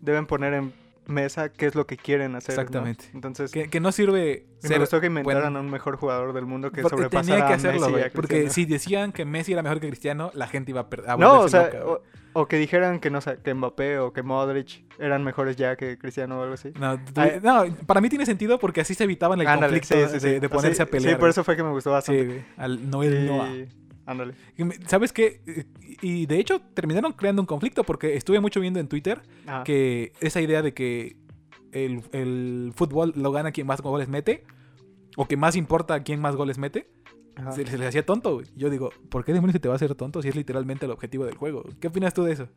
B: deben poner en mesa qué es lo que quieren hacer. ¿no?
A: Exactamente.
B: Entonces,
A: Que, que no sirve
B: me
A: ser
B: gustó que inventaran
A: bueno.
B: a un mejor jugador del mundo que
A: Porque
B: sobrepasara
A: tenía que
B: a Messi
A: hacerlo,
B: y a
A: güey, Porque ah,
B: Cristiano.
A: si decían que Messi era mejor que Cristiano, la gente iba a perder.
B: no, o sea, o, o que dijeran que no sé, que Mbappé o que Modric eran mejores ya que Cristiano o algo así.
A: No, tú-
B: Ay.
A: no, para mí tiene sentido porque así se evitaban el
B: Ándale,
A: conflicto
B: sí, sí, sí.
A: de, de ponerse
B: Sí,
A: a pelear.
B: Sí, por eso fue que me gustó
A: güey.
B: bastante.
A: Sí, güey, al Noel Noah.
B: Y- Ándale.
A: Y me- ¿Sabes qué? Y y de hecho terminaron creando un conflicto porque estuve mucho viendo en Twitter
B: Ajá.
A: que esa idea de que el, el fútbol lo gana quien más goles mete o que más importa quién más goles mete,
B: Ajá.
A: se, se les hacía tonto. güey. Yo digo, ¿por qué demonios se te va a hacer tonto si es literalmente el objetivo del juego? ¿Qué opinas tú de eso?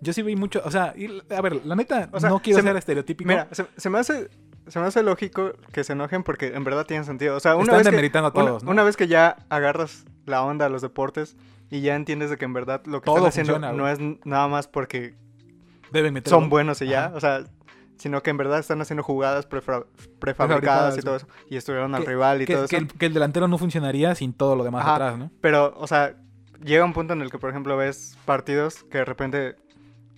A: Yo sí vi mucho, o sea, y- a ver, la neta,
B: O sea,
A: no quiero
B: se me-
A: ser estereotípico.
B: Mira, se, se me hace se me hace lógico que se enojen porque en verdad tienen sentido. O sea, una
A: Están
B: vez que,
A: demeritando a
B: una-
A: todos,
B: una,
A: ¿no?
B: vez que ya agarras la onda a los deportes y ya entiendes de que en verdad lo que
A: Todo
B: están haciendo
A: funciona,
B: no es n- nada más porque
A: Deben meter
B: son
A: gol.
B: buenos y ya,
A: Ajá.
B: o sea, sino que en verdad están haciendo jugadas prefra- prefabricadas y
A: Prefabricadas,
B: todo eso y estuvieron al
A: Que-
B: rival y
A: que,
B: todo eso.
A: que el, que el delantero no funcionaría sin todo lo demás
B: Ajá.
A: atrás, ¿no?
B: Pero, o sea, llega un punto en el que, por ejemplo, ves partidos que de repente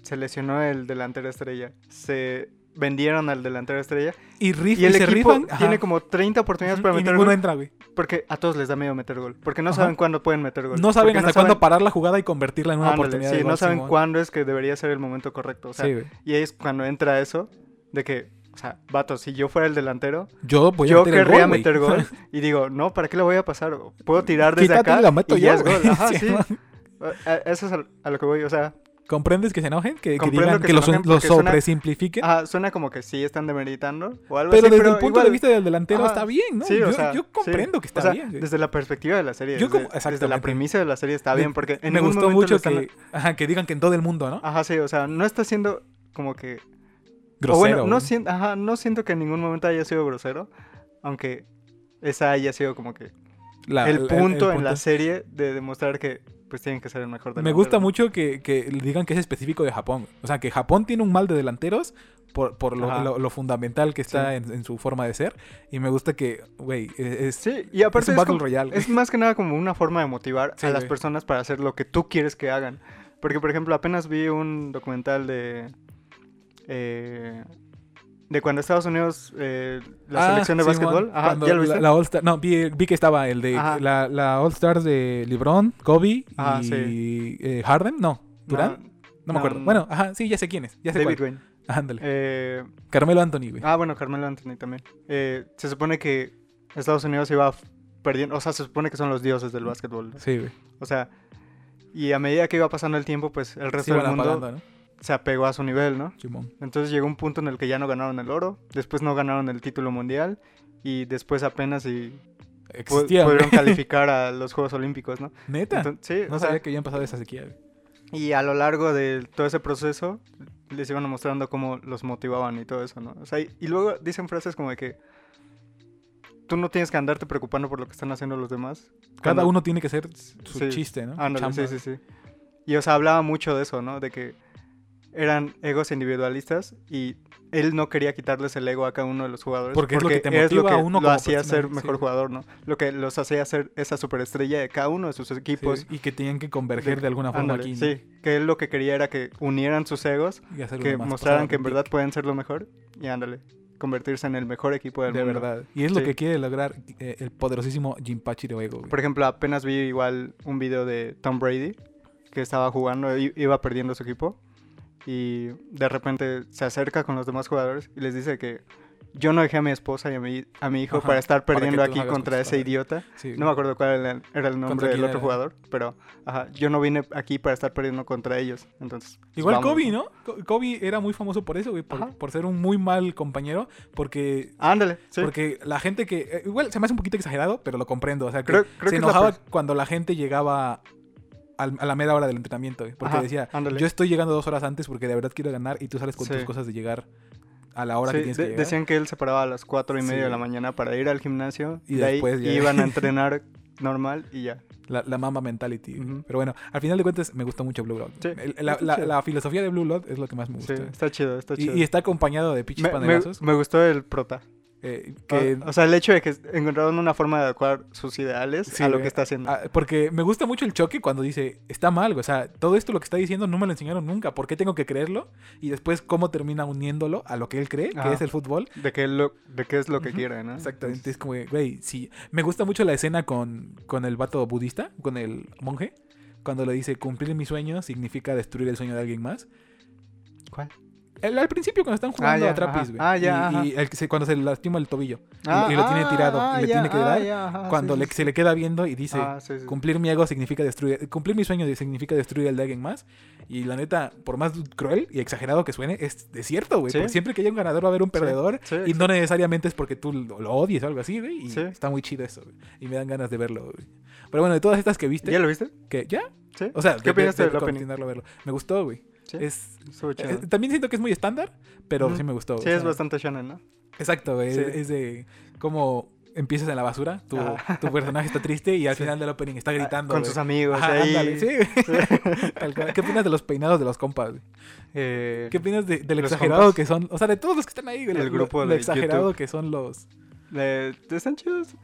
B: se lesionó el delantero estrella, se vendieron al delantero estrella
A: Y, rif-
B: y el
A: y se
B: equipo
A: rifan. ajá.
B: tiene como 30 oportunidades para
A: y
B: meter
A: ninguno
B: gol.
A: entra, güey.
B: Porque a todos les da miedo meter gol. Porque no
A: Ajá.
B: saben cuándo pueden meter gol.
A: No saben
B: porque
A: hasta cuándo parar la jugada y convertirla en una
B: Ándale,
A: oportunidad
B: sí,
A: de gol,
B: no saben
A: Simón.
B: cuándo es que debería ser el momento correcto. O sea,
A: Sí, güey.
B: y ahí es cuando entra eso de que, o sea, vato, si yo fuera el delantero,
A: Yo voy a
B: yo
A: meter el
B: querría
A: gol, güey.
B: meter gol. y digo, no, ¿para qué la voy a pasar? Puedo tirar desde
A: Quítate
B: acá
A: y la meto
B: y ya
A: yo,
B: es gol.
A: güey.
B: Ajá, sí.
A: Simón.
B: A- a- Eso es a, a lo que voy, o sea,
A: ¿Comprendes que se enojen? Que, que
B: Comprendo
A: digan
B: que
A: que,
B: se
A: los,
B: enojen
A: los
B: porque suena-
A: sobresimplifiquen.
B: ajá, suena como que sí están demeritando o algo
A: pero
B: así,
A: desde el punto de
B: igual-
A: vista del delantero
B: ajá,
A: está bien, ¿no?
B: sí, o
A: yo,
B: sea, sí.
A: yo comprendo que está
B: o sea,
A: bien. güey.
B: Desde la perspectiva de la serie,
A: Yo
B: desde,
A: como-
B: desde la
A: exactamente.
B: premisa de la serie está
A: Me-
B: bien, porque en
A: Me
B: ningún
A: gustó
B: momento lo
A: mucho
B: están-
A: que, ajá, que digan que en todo el mundo, ¿no?
B: Ajá, sí, o sea, no está siendo como que... o
A: Grosero.
B: bueno, no,
A: güey.
B: sien- ajá, no siento que en ningún momento haya sido grosero, aunque esa haya sido como que
A: La-
B: el,
A: la-
B: punto en la serie de demostrar que pues tienen que ser el mejor
A: Me
B: delantero,
A: gusta
B: ¿no?
A: mucho que, que le digan que es específico de Japón. O sea, que Japón tiene un mal de delanteros por, por lo,
B: Ajá.
A: lo- lo fundamental que está en, en su forma de ser. Y me gusta que, güey, e, es,
B: Sí, y aparte
A: es un
B: es,
A: Battle
B: como-
A: Royale.
B: es más que nada como una forma de motivar
A: Sí,
B: a las
A: güey.
B: personas para hacer lo que tú quieres que hagan. Porque, por ejemplo, apenas vi un documental de... eh, de cuando Estados Unidos, eh, la
A: Ah,
B: selección de
A: Simón,
B: básquetbol, Ajá,
A: cuando
B: ¿ya lo
A: la-
B: viste?
A: La, All Star, no, vi, vi que estaba el de
B: Ajá.
A: la, la All Stars de LeBron, Kobe
B: Ah,
A: y
B: sí.
A: eh, Harden, no, Durán,
B: No,
A: no,
B: no,
A: me acuerdo.
B: no.
A: Bueno, ajá, sí, ya sé quién es, ya sé cuál.
B: David
A: Ah,
B: Wayne.
A: Ándale.
B: Eh,
A: Carmelo Anthony, güey.
B: Ah, bueno, Carmelo Anthony también. Eh, se supone que Estados Unidos iba f- perdiendo, o sea, se supone que son los dioses del básquetbol. ¿no?
A: sí, güey.
B: O sea, y a medida que iba pasando el tiempo, pues el
A: Sí,
B: resto del
A: bueno,
B: mundo
A: apagando, ¿no?
B: se apegó a su nivel, ¿no?
A: Simón.
B: Entonces llegó un punto en el que ya no ganaron el oro, después no ganaron el título mundial y después apenas y pu-
A: Existía, güey.
B: pudieron calificar a los Juegos Olímpicos, ¿no?
A: Neta.
B: Enton- sí, o
A: Ah, no
B: sea,
A: sabía que habían pasado esa sequía, güey.
B: y a lo largo de todo ese proceso, les iban mostrando cómo los motivaban y todo eso, ¿no? O sea, y, y luego dicen frases como de que tú no tienes que andarte preocupando por lo que están haciendo los demás.
A: Cada
B: Cuando-
A: uno tiene que ser su
B: Sí.
A: chiste, ¿no? Su
B: Ándale,
A: Ah, chamba,
B: sí, sí, sí. Y o sea, hablaba mucho de eso, ¿no? De que eran egos individualistas y él no quería quitarles el ego a cada uno de los jugadores.
A: Porque es lo que te motiva a uno
B: lo
A: como
B: hacía
A: persona,
B: ser mejor
A: sí.
B: jugador, ¿no? Lo que los hacía ser esa superestrella de cada uno de sus equipos.
A: Sí, pues, y que tenían que converger de, alguna forma
B: Ándale,
A: aquí. ¿no?
B: Sí, que él lo que quería era que unieran sus egos,
A: Y hacerlo
B: que
A: más
B: mostraran
A: pasable.
B: que en verdad pueden ser lo mejor y ándale, convertirse en el mejor equipo del
A: De
B: mundo.
A: verdad. Y es lo
B: Sí.
A: que quiere lograr eh, el poderosísimo Jinpachi de Oego. güey.
B: Por ejemplo, apenas vi igual un video de Tom Brady que estaba jugando, i- iba perdiendo su equipo y de repente se acerca con los demás jugadores y les dice que yo no dejé a mi esposa y a mi, a mi hijo
A: Ajá,
B: para estar
A: para que
B: perdiendo
A: tú
B: aquí
A: hagas
B: contra
A: con tus
B: ese
A: padres".
B: idiota.
A: Sí,
B: No me acuerdo cuál era, era el nombre
A: ¿Contra
B: del
A: quién
B: otro
A: era?
B: jugador, pero ajá, yo no vine aquí para estar perdiendo contra ellos. Entonces, pues,
A: Igual
B: vamos,
A: Kobe, ¿no? Co- Kobe era muy famoso por eso, güey, por,
B: Ajá.
A: por ser un muy mal compañero, porque
B: Ándale, sí.
A: porque la gente que eh, igual se me hace un poquito exagerado, pero lo comprendo, o sea, que
B: Creo-
A: se
B: creo que es la
A: enojaba
B: pers-
A: cuando la gente llegaba al- a la media hora del entrenamiento, güey, porque
B: Ajá,
A: decía,
B: ándale.
A: yo estoy llegando dos horas antes porque de verdad quiero ganar y tú sales con
B: Sí.
A: tus cosas de llegar a la hora
B: Sí,
A: que tienes
B: de-
A: que llegar.
B: decían que él se paraba a las 4 y media
A: Sí.
B: de la mañana para ir al gimnasio
A: Y
B: y de ahí
A: después ya.
B: iban a entrenar normal y ya.
A: La, la mama mentality. güey.
B: Ujú.
A: Pero bueno, al final de cuentas me gustó mucho Blue Lock.
B: Sí,
A: El- la,
B: está
A: la-
B: chido.
A: la filosofía de Blue Lock es lo que más me
B: Sí,
A: gusta. güey.
B: está chido,
A: y,
B: está
A: este
B: chido.
A: y está acompañado de pinches
B: me, Ah, me,
A: panelazos.
B: me gustó el prota.
A: eh, que,
B: O, o sea, el hecho de que encontraron una forma de adecuar sus ideales
A: Sí,
B: a lo
A: güey.
B: que está haciendo.
A: Ah, porque me gusta mucho el choque cuando dice, está mal, güey. O sea, todo esto lo que está diciendo no me lo enseñaron nunca. ¿Por qué tengo que creerlo? Y después cómo termina uniéndolo a lo que él cree, que
B: Ajá.
A: es el fútbol.
B: De qué, lo, de qué es lo que quiere, ¿no?
A: Exactamente, es como, güey, sí. Me gusta mucho la escena con, con el vato budista, con el monje, cuando le dice, cumplir mis sueños significa destruir el sueño de alguien más.
B: ¿Cuál?
A: El- al principio cuando están jugando
B: ya,
A: a trapis,
B: ajá.
A: güey.
B: Ah, ya,
A: Y-
B: ajá.
A: Y, el que se- cuando se lastima el tobillo. y-
B: Ah,
A: y, lo tiene
B: ah,
A: tirado,
B: ah,
A: y le
B: ya,
A: tiene que
B: ah,
A: dar.
B: ya, ajá,
A: cuando
B: sí,
A: le,
B: sí,
A: se le queda viendo y dice,
B: Ah, sí, sí, sí.
A: Cumplir mi ego significa destruir. Cumplir mi sueño significa destruir el de alguien más. Y la neta, por más cruel y exagerado que suene, es, es cierto, güey.
B: Sí.
A: porque Siempre que haya un ganador va a haber un
B: Sí,
A: perdedor.
B: sí,
A: y no necesariamente es porque tú lo, lo odies o algo así, güey. Y
B: Sí.
A: está muy chido eso, güey. Y me dan ganas de verlo, güey. Pero bueno, de todas estas que viste,
B: ¿Ya lo viste?
A: que ya.
B: ¿Sí?
A: O sea,
B: ¿Qué opinaste del opening?
A: continuarlo a verlo. Me gustó, güey.
B: Sí,
A: Es,
B: estuvo chido.
A: es- también siento que es muy estándar, pero
B: Ujú.
A: sí me gustó.
B: sí,
A: eh, o
B: es
A: sea,
B: bastante shonen, ¿no? Ah,
A: Exacto, güey.
B: Sí.
A: Es de cómo empiezas en la basura, tu,
B: Ajá.
A: tu personaje está triste y al
B: Sí. Ah,
A: final del opening está gritando.
B: Con
A: güey.
B: sus amigos.
A: Ajá,
B: ahí.
A: ándale, sí. Tal cual. ¿Qué opinas de los peinados de los compas? güey?
B: Eh,
A: ¿Qué opinas de- del
B: Los
A: exagerado
B: compas.
A: que son? O sea, de todos los que están ahí, güey.
B: El
A: lo-
B: grupo
A: lo
B: de
A: exagerado
B: YouTube.
A: que son los.
B: Eh, están chidos.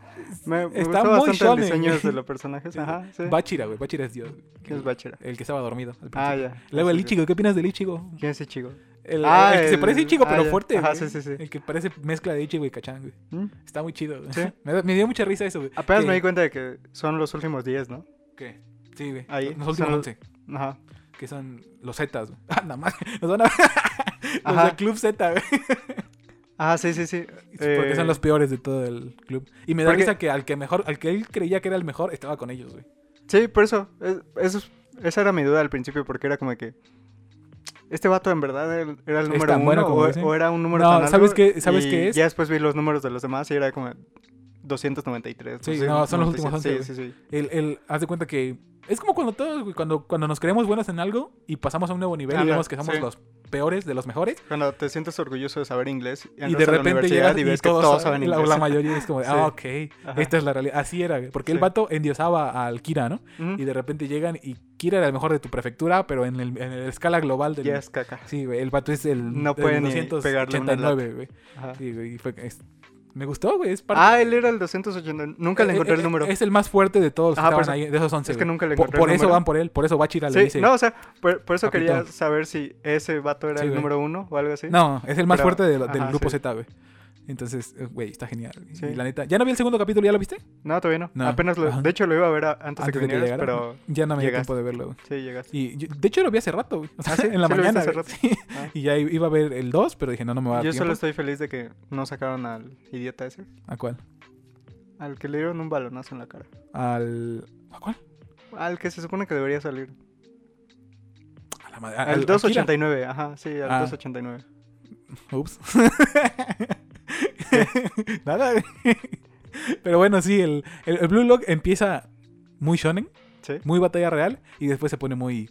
B: Me, me
A: Está
B: gustó
A: muy
B: bastante
A: shonen,
B: el diseño
A: güey.
B: de los personajes. Ajá, sí.
A: Bachira, güey. Bachira es Dios. güey.
B: ¿Qué es Bachira?
A: El que estaba dormido. al
B: Ah,
A: principio.
B: ya.
A: Luego el
B: Sí, sí.
A: Ichigo, ¿qué opinas del Ichigo?
B: ¿Quién es Ichigo?
A: El,
B: Ah,
A: el que se
B: el-
A: parece a Ichigo,
B: ah,
A: pero
B: ya.
A: fuerte.
B: Ajá,
A: güey.
B: sí, sí, sí.
A: El que parece mezcla de Ichigo y Kachan, güey.
B: ¿Mm?
A: Está muy chido, güey.
B: Sí.
A: Me, da- me dio mucha risa eso, güey.
B: Apenas
A: Que-
B: me di cuenta de que son los últimos 10, ¿no?
A: que- Sí, güey.
B: Ahí,
A: Los últimos
B: son-
A: 11,
B: Ajá.
A: que son los Zetas, güey. Ah, nada más. Nos van a Los
B: Ajá.
A: del Club Z, güey.
B: Ah, sí, sí, sí.
A: Porque son
B: Eh,
A: los peores de todo el club. Y me da
B: porque-
A: risa que al que mejor, al que él creía que era el mejor, estaba con ellos, güey.
B: Sí, por eso. Es- eso es- esa era mi duda al principio, porque era como que. Este vato en verdad era- era el
A: Es
B: número
A: tan
B: uno
A: bueno como
B: o,
A: dicen.
B: o era un número
A: No,
B: tan alto,
A: ¿sabes qué- sabes
B: y
A: qué es?
B: Ya después vi los números de los demás y era como 293.
A: Sí, no, son los últimos
B: 97.
A: 11,
B: Sí, sí, sí.
A: El, el, haz de cuenta que es como cuando todos, güey, cuando, cuando nos creemos buenos en algo y pasamos a un nuevo nivel y
B: Ándale,
A: vemos que somos
B: sí.
A: los peores de los mejores
B: Cuando te sientes orgulloso de saber inglés
A: y de
B: entras a la
A: repente
B: universidad
A: llegas
B: y ves que
A: todos,
B: todos saben
A: la,
B: inglés.
A: la mayoría es como, de,
B: Sí.
A: ah, ok,
B: Ajá.
A: esta es la realidad. Así era, güey, porque el
B: Sí.
A: vato endiosaba al Kira, ¿no?
B: Ujú.
A: Y de repente llegan y Kira era el mejor de tu prefectura, pero en, el, en la escala global del...
B: Ya es caca.
A: Sí, güey, el vato es el,
B: No
A: el
B: puede ni pegarle una
A: 289, güey.
B: Ajá.
A: Sí, güey, y fue- es- me gustó, güey, es parte
B: Ah, él era el 280. Nunca le
A: Eh,
B: encontré
A: eh,
B: el número.
A: Es el más fuerte de todos los que
B: Ajá, por
A: estaban ahí, de esos 11.
B: es que
A: güey.
B: nunca le
A: Por,
B: encontré
A: por
B: el
A: eso
B: número.
A: van por él, por eso Bachira
B: Sí,
A: le dice.
B: no, o sea, por, por eso quería
A: Capitán.
B: saber si ese vato era
A: Sí,
B: el
A: güey.
B: número uno o algo así.
A: No, es el más
B: Pero-
A: fuerte de lo- del
B: ajá,
A: grupo
B: sí.
A: Z, güey. Entonces, eh, güey, está genial. güey.
B: Sí.
A: Y la neta, ¿ya no vi el segundo capítulo? ¿Ya lo viste?
B: No, todavía no.
A: No,
B: Apenas lo,
A: ajá.
B: De hecho, lo iba a ver a- antes, de que vinieras,
A: llegara.
B: pero
A: Ya no me dio
B: llegaste.
A: tiempo de verlo, güey.
B: sí llegaste.
A: Y yo- de hecho lo vi hace rato, güey. O sea, en la
B: sí lo viste
A: mañana.
B: hace
A: güey.
B: rato.
A: Sí.
B: Ah.
A: Y ya i- iba a ver el 2, pero dije, no, no me va a dar
B: Yo
A: tiempo.
B: solo estoy feliz de que no sacaron al idiota ese.
A: ¿A cuál?
B: Al que le dieron un balonazo en la cara.
A: Al. ¿A cuál?
B: Al que se supone que debería salir.
A: A la madre.
B: Al
A: Akira.
B: 289, ajá, sí, al
A: Ah.
B: 289.
A: Ups. Nada. güey. Pero bueno, sí, el, el- el Blue Lock empieza muy shonen,
B: Sí,
A: muy batalla real, y después se pone muy,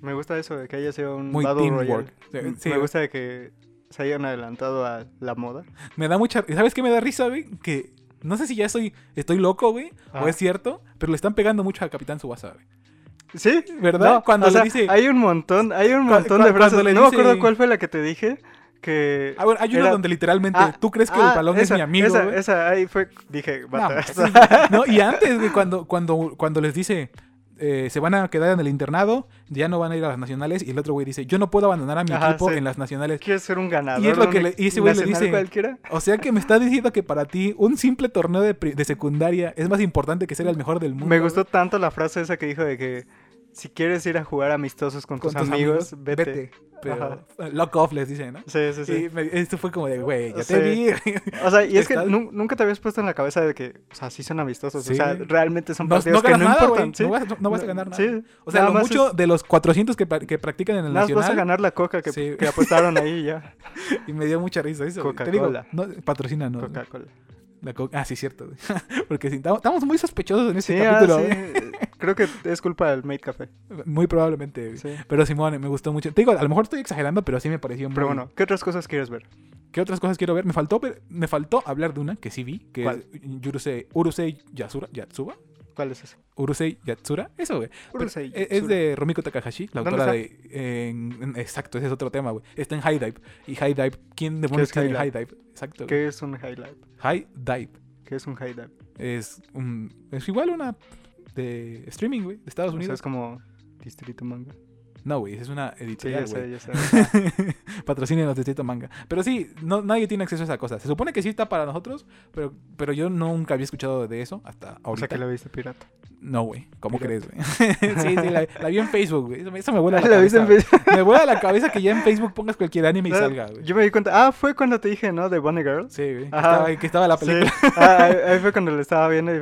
B: me gusta eso de que haya sido un Mm,
A: muy
B: Battle Royale.
A: teamwork.
B: M-
A: Sí,
B: me gusta de que se hayan adelantado a la moda.
A: me da mucha... ¿Sabes qué me da risa, güey? Que no sé si ya soy, estoy loco, güey,
B: Ah.
A: o es cierto, pero le están pegando mucho a Capitán Subasa, güey.
B: Sí,
A: ¿Verdad?
B: no,
A: Cuando
B: o
A: le
B: sea,
A: dice-
B: Hay un montón, hay un
A: Cu-
B: montón
A: cu-
B: de frases.
A: cuando le
B: No me
A: dice-
B: acuerdo cuál fue la que te dije. Que.
A: Ah, bueno, hay una
B: Era-
A: donde literalmente,
B: Ah,
A: ¿tú crees que
B: ah,
A: el balón
B: esa,
A: es mi amigo?
B: Esa,
A: güey?
B: esa, ahí fue. Dije,
A: No, pues,
B: bata.
A: sí, no, y antes, güey, cuando, cuando, cuando les dice, eh, se van a quedar en el internado, ya no van a ir a las nacionales, y el otro güey dice, yo no puedo abandonar a mi
B: Ajá,
A: equipo
B: sí.
A: en las nacionales.
B: Quieres ser un ganador.
A: Y es lo
B: de
A: que
B: un
A: le- y ese güey le
B: nacional
A: dice-
B: cualquiera?
A: O sea que me estás diciendo que para ti un simple torneo de, pri- de secundaria es más importante que ser el mejor del mundo.
B: Me
A: güey.
B: gustó tanto la frase esa que dijo de que si quieres ir a jugar amistosos con tus, amigos, vete.
A: Pero uh,
B: Ajá.
A: lock off les dicen, ¿no?
B: Sí, sí, sí.
A: Y me- esto fue como de, güey, ya
B: Sí.
A: te vi.
B: O sea, y es que
A: Está-
B: nu- nunca te habías puesto en la cabeza de que, o sea, sí son amistosos,
A: Sí.
B: o sea, realmente son
A: No, no
B: partidos que
A: ganas
B: no
A: nada,
B: importan.
A: güey.
B: ¿sí?
A: No, vas, no- no vas a ganar nada.
B: Sí,
A: O sea,
B: nada
A: lo
B: más
A: mucho
B: es-
A: de los 400 que, pa- que practican en el
B: nada más vas a
A: nacional.
B: ganar la coca que,
A: Sí.
B: que apostaron ahí y ya.
A: Y me dio mucha risa eso. güey. Te digo,
B: Coca-Cola.
A: no, patrocina, no.
B: Coca-Cola.
A: La Coca- ah, sí, cierto. güey. Porque sí, estamos- estamos muy sospechosos en
B: Sí,
A: este
B: ah,
A: capítulo.
B: sí, eh, Creo que es culpa del Made Café.
A: güey. Muy probablemente. güey.
B: sí.
A: Pero Simón, me gustó mucho. Te digo, a lo mejor estoy exagerando, pero sí me pareció muy...
B: Pero bueno, ¿qué otras cosas quieres ver?
A: ¿Qué otras cosas quiero ver? Me faltó, ver- me faltó hablar de una que sí vi, que
B: ¿Cuál?
A: es Yurusei, Urusei Yatsura, Yatsuba.
B: ¿Cuál es eso?
A: Urusei Yatsura, eso, güey. Pero
B: Urusei
A: e- Es
B: Yatsura.
A: de Romiko Takahashi, la
B: ¿Dónde
A: autora de.
B: está?
A: en- en- exacto, ese es otro tema, güey. Está en High Dive. Y High Dive, ¿quién demonios
B: es
A: tiene
B: High
A: High Dive? Exacto. güey.
B: ¿Qué es un highlight?
A: High Dive
B: ¿Qué es un highlight?
A: es, un- es igual una de streaming, güey, de Estados
B: O sea,
A: Unidos.
B: es como Distrito Manga.
A: No, güey, es una
B: Sí,
A: editorial,
B: ya
A: güey.
B: sé, ya sé.
A: Patrocínenos de Tito Manga. Pero sí, no, nadie tiene acceso a esa cosa. Se supone que sí está para nosotros, pero, pero yo nunca había escuchado de eso hasta ahorita.
B: O sea, que la viste pirata.
A: No, güey. ¿Cómo
B: Mira.
A: crees, güey? sí, sí, la, la vi en Facebook, güey. Eso, me- eso me vuela la,
B: La viste
A: cabeza.
B: en
A: güey. Me vuela la cabeza que ya en Facebook pongas cualquier anime y salga, güey.
B: Yo me di cuenta. Ah, fue cuando te dije, ¿no? De Bonnie Girl.
A: Sí, güey. Que
B: Ajá.
A: estaba, que estaba la
B: Sí,
A: película.
B: ah, ahí, ahí fue cuando lo estaba viendo. y-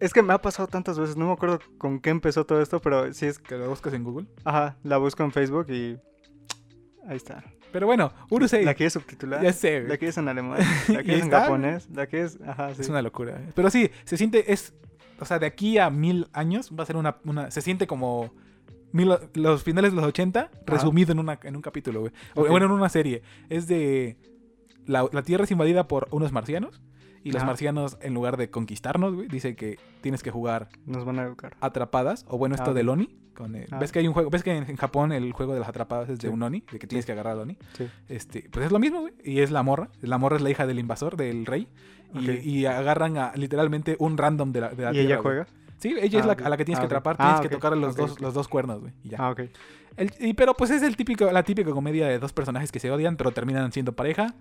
B: Es que me ha pasado tantas veces, no me acuerdo con qué empezó todo esto, pero sí es.
A: Que lo buscas en Google.
B: Ajá, la busco en Facebook y. Ahí está.
A: Pero bueno, Urusei.
B: ¿La quieres subtitular?
A: Ya sé, güey.
B: ¿La quieres en alemán? ¿La
A: Y
B: quieres en
A: está.
B: japonés? ¿La quieres.? Ajá, Ah, sí.
A: Es una locura. güey. Pero sí, se siente, es, o sea, de aquí a mil años va a ser una, una se siente como mil- los finales de los 80 resumido en, una, en un capítulo, güey. O-
B: Ok.
A: Bueno, en una serie. Es de, la, la Tierra es invadida por unos marcianos y los
B: Ajá.
A: marcianos, en lugar de conquistarnos, güey, dice que tienes que jugar
B: Nos van a educar.
A: atrapadas, o bueno, esto
B: Ah,
A: del
B: ok.
A: Oni. Con el-
B: Ah.
A: ¿Ves que hay un juego? ¿Ves que en, en Japón el juego de las atrapadas es de
B: Sí.
A: un Oni? De que tienes que agarrar al Oni.
B: Sí.
A: Este, pues es lo mismo, güey. Y es la morra. La morra es la hija del invasor, del rey. Y,
B: Ok.
A: y agarran a literalmente un random de la, de la
B: ¿Y
A: tierra,
B: ella
A: güey.
B: juega?
A: Sí, ella es
B: Ah,
A: la
B: ok.
A: a la que tienes
B: Ah,
A: que
B: ok.
A: atrapar,
B: Ah,
A: tienes que
B: ok.
A: tocar los,
B: Ok,
A: dos,
B: ok.
A: los dos cuernos, güey. y ya.
B: Ah, ok.
A: El- y, pero pues es el típico, la típica comedia de dos personajes que se odian, pero terminan siendo pareja.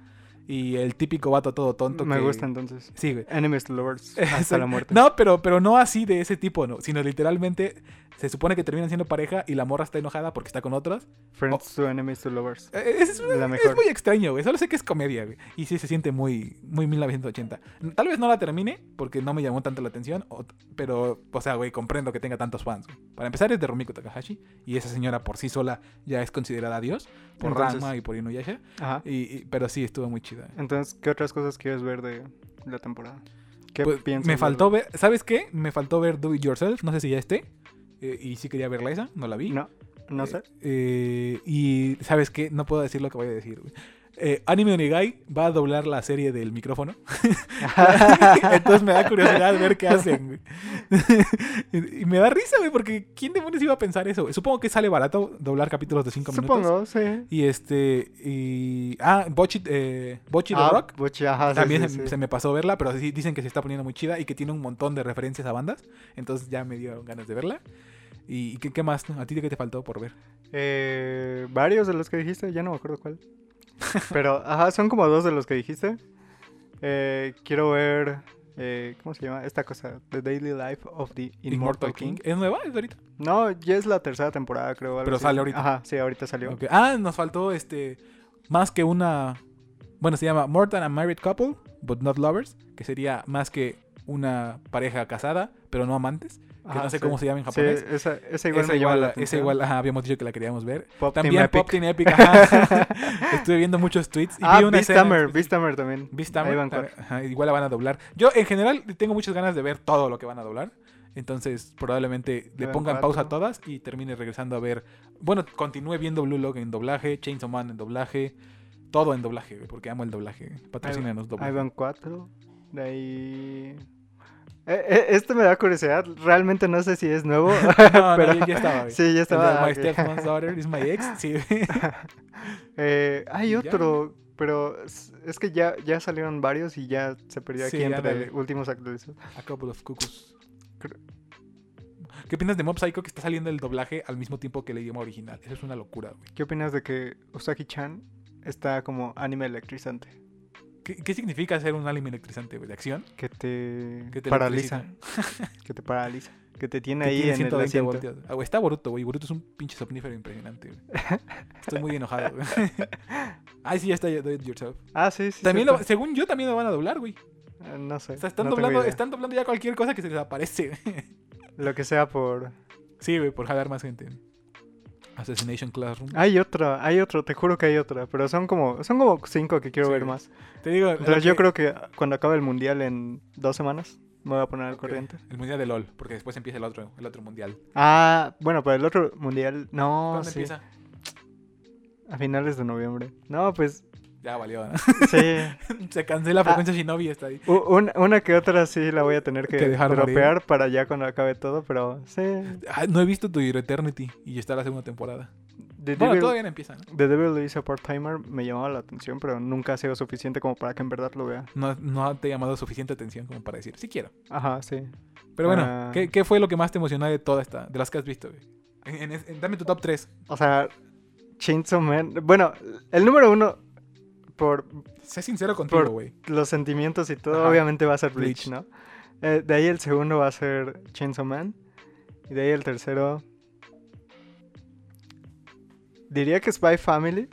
A: Y el típico vato todo tonto
B: Me
A: que-
B: gusta entonces.
A: Sí, güey.
B: Enemies to lovers. Hasta
A: Sí.
B: la muerte.
A: No, pero, pero no así de ese tipo, no. Sino literalmente se supone que terminan siendo pareja y la morra está enojada porque está con otros.
B: Friends to enemies to lovers.
A: Eh, Es,
B: La
A: es
B: mejor.
A: muy extraño, güey. Solo sé que es comedia, güey. Y sí se siente muy, muy 1980. Tal vez no la termine porque no me llamó tanto la atención. o- pero, o sea, güey, comprendo que tenga tantos fans. güey. Para empezar, es de Rumiko Takahashi. Y esa señora por sí sola ya es considerada Dios. Por
B: Entonces-
A: Rama y por Inuyasha.
B: Ajá.
A: Y, y- pero sí, estuvo muy chida. eh.
B: Entonces, ¿qué otras cosas quieres ver de la temporada? ¿Qué
A: Pues,
B: piensas?
A: Me
B: ver?
A: faltó ver, ¿sabes qué? Me faltó ver Do It Yourself, no sé si ya esté. Eh, y sí quería verla esa, no la vi.
B: No, no
A: Eh,
B: sé.
A: eh, y ¿sabes qué? No puedo decir lo que voy a decir. güey. Eh, Anime Onigai va a doblar la serie del micrófono. Entonces me da curiosidad ver qué hacen. güey. y, y me da risa, güey, porque ¿quién demonios iba a pensar eso? güey? Supongo que sale barato doblar capítulos de 5 minutos.
B: Supongo, sí.
A: Y este. Y. Ah, Bochi, eh, Bochi the
B: Ah,
A: Rock.
B: Bochi, ajá, sí,
A: También
B: sí,
A: se-
B: sí.
A: se me pasó verla, pero sí dicen que se está poniendo muy chida y que tiene un montón de referencias a bandas. Entonces ya me dieron ganas de verla. ¿Y y qué, qué más? ¿A ti de qué te faltó por ver?
B: Eh, varios de los que dijiste, ya no me acuerdo cuál. Pero, ajá, son como dos de los que dijiste. Eh, quiero ver. eh, ¿Cómo se llama? Esta cosa. The Daily Life of the Immortal, King.
A: ¿Es nueva? ¿Es de ahorita?
B: No, ya es la tercera temporada, creo. algo
A: Pero
B: así.
A: sale ahorita.
B: Ajá, sí, ahorita salió.
A: Ok. Ah, nos faltó este. Más que una. Bueno, se llama More Than a Married Couple, but not lovers. Que sería más que una pareja casada, pero no amantes. Que
B: Ajá,
A: no sé
B: Ah, sí.
A: cómo se llama en
B: Sí,
A: japonés.
B: esa, esa igual
A: Esa
B: me llama
A: igual,
B: la
A: esa
B: atención.
A: igual, ajá, habíamos dicho que la queríamos ver.
B: Pop Team
A: También
B: Epic.
A: Pop Teen Epic, ajá. Estuve viendo muchos tweets. Y
B: Ah,
A: vi una escena-
B: Beastamer, Beastamer también.
A: Vistammer,
B: Ahí van
A: también- ajá, igual la van a doblar. Yo, en general, tengo muchas ganas de ver todo lo que van a doblar. Entonces, probablemente le
B: Van
A: pongan
B: cuatro.
A: pausa a todas y termine regresando a ver. Bueno, continúe viendo Blue Lock en doblaje, Chainsaw Man en doblaje, todo en doblaje, güey, porque amo el doblaje. Patrocínanos
B: Ahí
A: doblaje.
B: van cuatro. De ahí. Eh, eh, esto me da curiosidad. Realmente no sé si es nuevo.
A: No,
B: pero...
A: no, ya, ya estaba. güey.
B: Sí, ya
A: El de
B: estaba.
A: My
B: ok.
A: Stepmom's Daughter is My Ex. Sí, güey.
B: Eh, hay
A: Y ya,
B: otro, pero es es que ya, ya salieron varios y ya se perdió
A: Sí,
B: aquí entre
A: ándale.
B: últimos actualizados.
A: A Couple of Cuckoos.
B: Creo-
A: ¿Qué opinas de Mob Psycho que está saliendo el doblaje al mismo tiempo que el idioma original? Eso es una locura, güey.
B: ¿Qué opinas de que Usagi-chan está como anime electrizante?
A: ¿Qué, qué significa hacer un anime electrizante, güey? ¿De acción?
B: Que te,
A: Que te
B: paraliza.
A: electricita.
B: Que te paraliza. Que te tiene
A: Que
B: ahí
A: tiene
B: en el
A: 120
B: asiento.
A: voltios. Ah, güey, está Boruto, güey. Boruto es un pinche somnífero impresionante, güey. Estoy muy enojado, güey. Ay, sí, ya está. ya, Do it yourself.
B: Ah, sí, sí.
A: También lo-
B: cierto.
A: según yo, también lo van a doblar, güey.
B: Ah, No sé.
A: O sea, están,
B: no tengo
A: doblando,
B: idea.
A: están doblando ya cualquier cosa que se les aparece. güey.
B: Lo que sea por...
A: sí, güey, por jalar más gente. Assassination Classroom.
B: Hay otra, hay otro, te juro que hay otra. Pero son como, son como cinco que quiero
A: Sí.
B: ver más.
A: Te digo, lo
B: Entonces yo
A: que-
B: creo que cuando acabe el mundial en dos semanas me voy a poner al
A: Ok.
B: corriente.
A: El mundial de LOL, porque después empieza el otro, el otro mundial.
B: Ah, bueno, pero el otro mundial... No,
A: ¿Cuándo
B: Oh, sí.
A: empieza?
B: A finales de noviembre. No, pues
A: Ya valió, ¿no?
B: sí.
A: Se
B: Ah.
A: cancela frecuencia Shinobi, está ahí.
B: U- una, una que otra sí la voy a tener que,
A: Que dejar morir.
B: dropear para ya cuando acabe todo, pero sí.
A: Ah, no he visto tu Your Eternity y ya está la segunda temporada.
B: The
A: Bueno,
B: Devil,
A: todavía no empieza, ¿no?
B: The Devil Is a Part-Timer me llamaba la atención, pero nunca ha sido suficiente como para que en verdad lo vea.
A: No, no te ha llamado suficiente atención como para decir, sí quiero.
B: Ajá, sí.
A: Pero bueno,
B: Ah.
A: ¿qué, qué fue lo que más te emocionó de toda esta, de las que has visto? güey? En- en- en- dame tu top 3.
B: O sea, Chainsaw Man. Bueno, el número uno por
A: Sé sincero contigo,
B: Por-
A: güey.
B: los sentimientos y todo,
A: Ajá.
B: obviamente va a ser Bleach,
A: Bleach.
B: ¿no? Eh, de ahí el segundo va a ser Chainsaw Man. Y de ahí el tercero. Diría que Spy Family.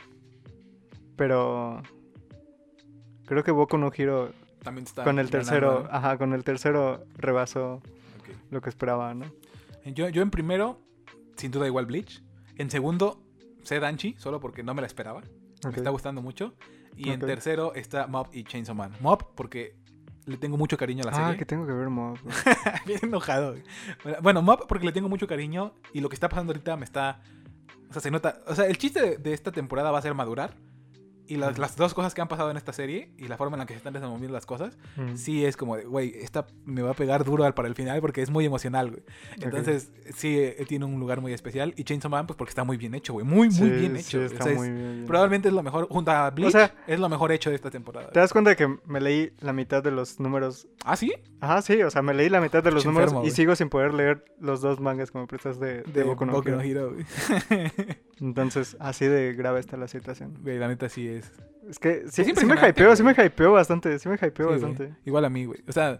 B: Pero. Creo que Boku no Hero
A: También está.
B: con el tercero.
A: ganando,
B: Ajá, con el tercero rebasó
A: ¿no? Ok.
B: lo que esperaba, ¿no?
A: Yo, yo en primero, sin duda igual Bleach. En segundo, sé Danchi, solo porque no me la esperaba.
B: Ok.
A: Me está gustando mucho. Y en
B: Ok.
A: tercero está Mob y Chainsaw Man. Mob porque le tengo mucho cariño a la
B: Ah,
A: serie.
B: que tengo que ver Mob.
A: Bien enojado. güey. Bueno, Mob porque le tengo mucho cariño y lo que está pasando ahorita me está... O sea, se nota... O sea, el chiste de, de esta temporada va a ser madurar. Y las,
B: Ujú.
A: las dos cosas que han pasado en esta serie y la forma en la que se están desenvolviendo las cosas,
B: Mm.
A: sí es como, de, güey, esta me va a pegar duro al- para el final porque es muy emocional, güey. Entonces, sí, eh, tiene un lugar muy especial. Y Chainsaw Man, pues porque está muy bien hecho, güey. Muy, muy
B: Sí,
A: bien
B: sí,
A: hecho. güey. O
B: está
A: sea, es-
B: muy bien.
A: Probablemente es lo mejor, junto a Bleach,
B: sea-
A: es lo mejor hecho de esta temporada.
B: ¿Te das cuenta que me leí la mitad de los números
A: ¿Ah, sí?
B: Ajá, sí, o sea, me leí la mitad de los
A: Pinche
B: números
A: enfermo,
B: y
A: güey.
B: sigo sin poder leer los dos mangas que me prestas de, de Boku no Hero.
A: Hero, güey.
B: Entonces, así de grave está la situación.
A: Güey, la neta sí es.
B: Es que sí,
A: Es
B: sí me
A: impresionante,
B: hypeó, sí me
A: güey.
B: hypeó bastante, sí me hypeó
A: Sí, güey.
B: bastante.
A: Igual a mí, güey. O sea,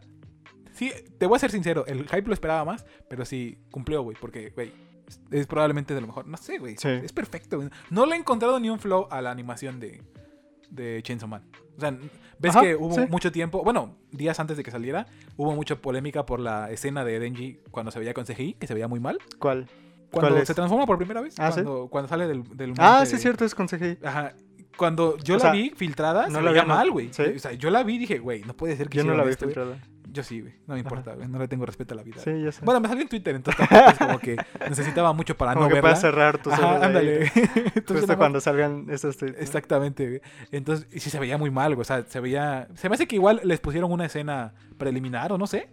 A: sí, te voy a ser sincero, el hype lo esperaba más, pero sí cumplió, güey, porque, güey, es- es probablemente de lo mejor. No sé, güey.
B: Sí.
A: Es perfecto, güey. No le he encontrado ni un flow a la animación de, de Chainsaw Man. O sea, ves
B: Ajá,
A: que hubo
B: sí.
A: mucho tiempo, bueno, días antes de que saliera, hubo mucha polémica por la escena de Denji cuando se veía con CGI, que se veía muy mal.
B: ¿Cuál?
A: Cuando
B: ¿Cuál es?
A: se transforma por primera vez,
B: Ah, ¿sí?
A: cuando, cuando sale del, del
B: Ah,
A: monte
B: sí,
A: de-
B: es cierto, es con CGI.
A: Ajá. Cuando yo
B: O
A: la
B: sea,
A: vi filtrada,
B: no
A: no
B: la
A: la veía
B: había not-
A: mal, güey.
B: ¿Sí?
A: O sea, yo la vi y dije, güey, no puede ser que
B: Yo no
A: hicieran
B: la vi
A: esto, güey.
B: filtrada.
A: Yo sí, güey. No me
B: Ajá.
A: importa, güey. No le tengo respeto a la vida.
B: Sí, ya sé.
A: Bueno, me salió en Twitter, entonces tampoco es como que necesitaba mucho para
B: Como
A: no
B: que
A: verla.
B: puedes cerrar tus
A: Ajá,
B: ojos ahí,
A: ándale.
B: ¿no?
A: Entonces, nada
B: Justo
A: más-
B: cuando salgan esos tweets.
A: Exactamente, güey. Entonces, y sí se veía muy mal, güey. O sea, se veía. Se me hace que igual les pusieron una escena preliminar o no sé.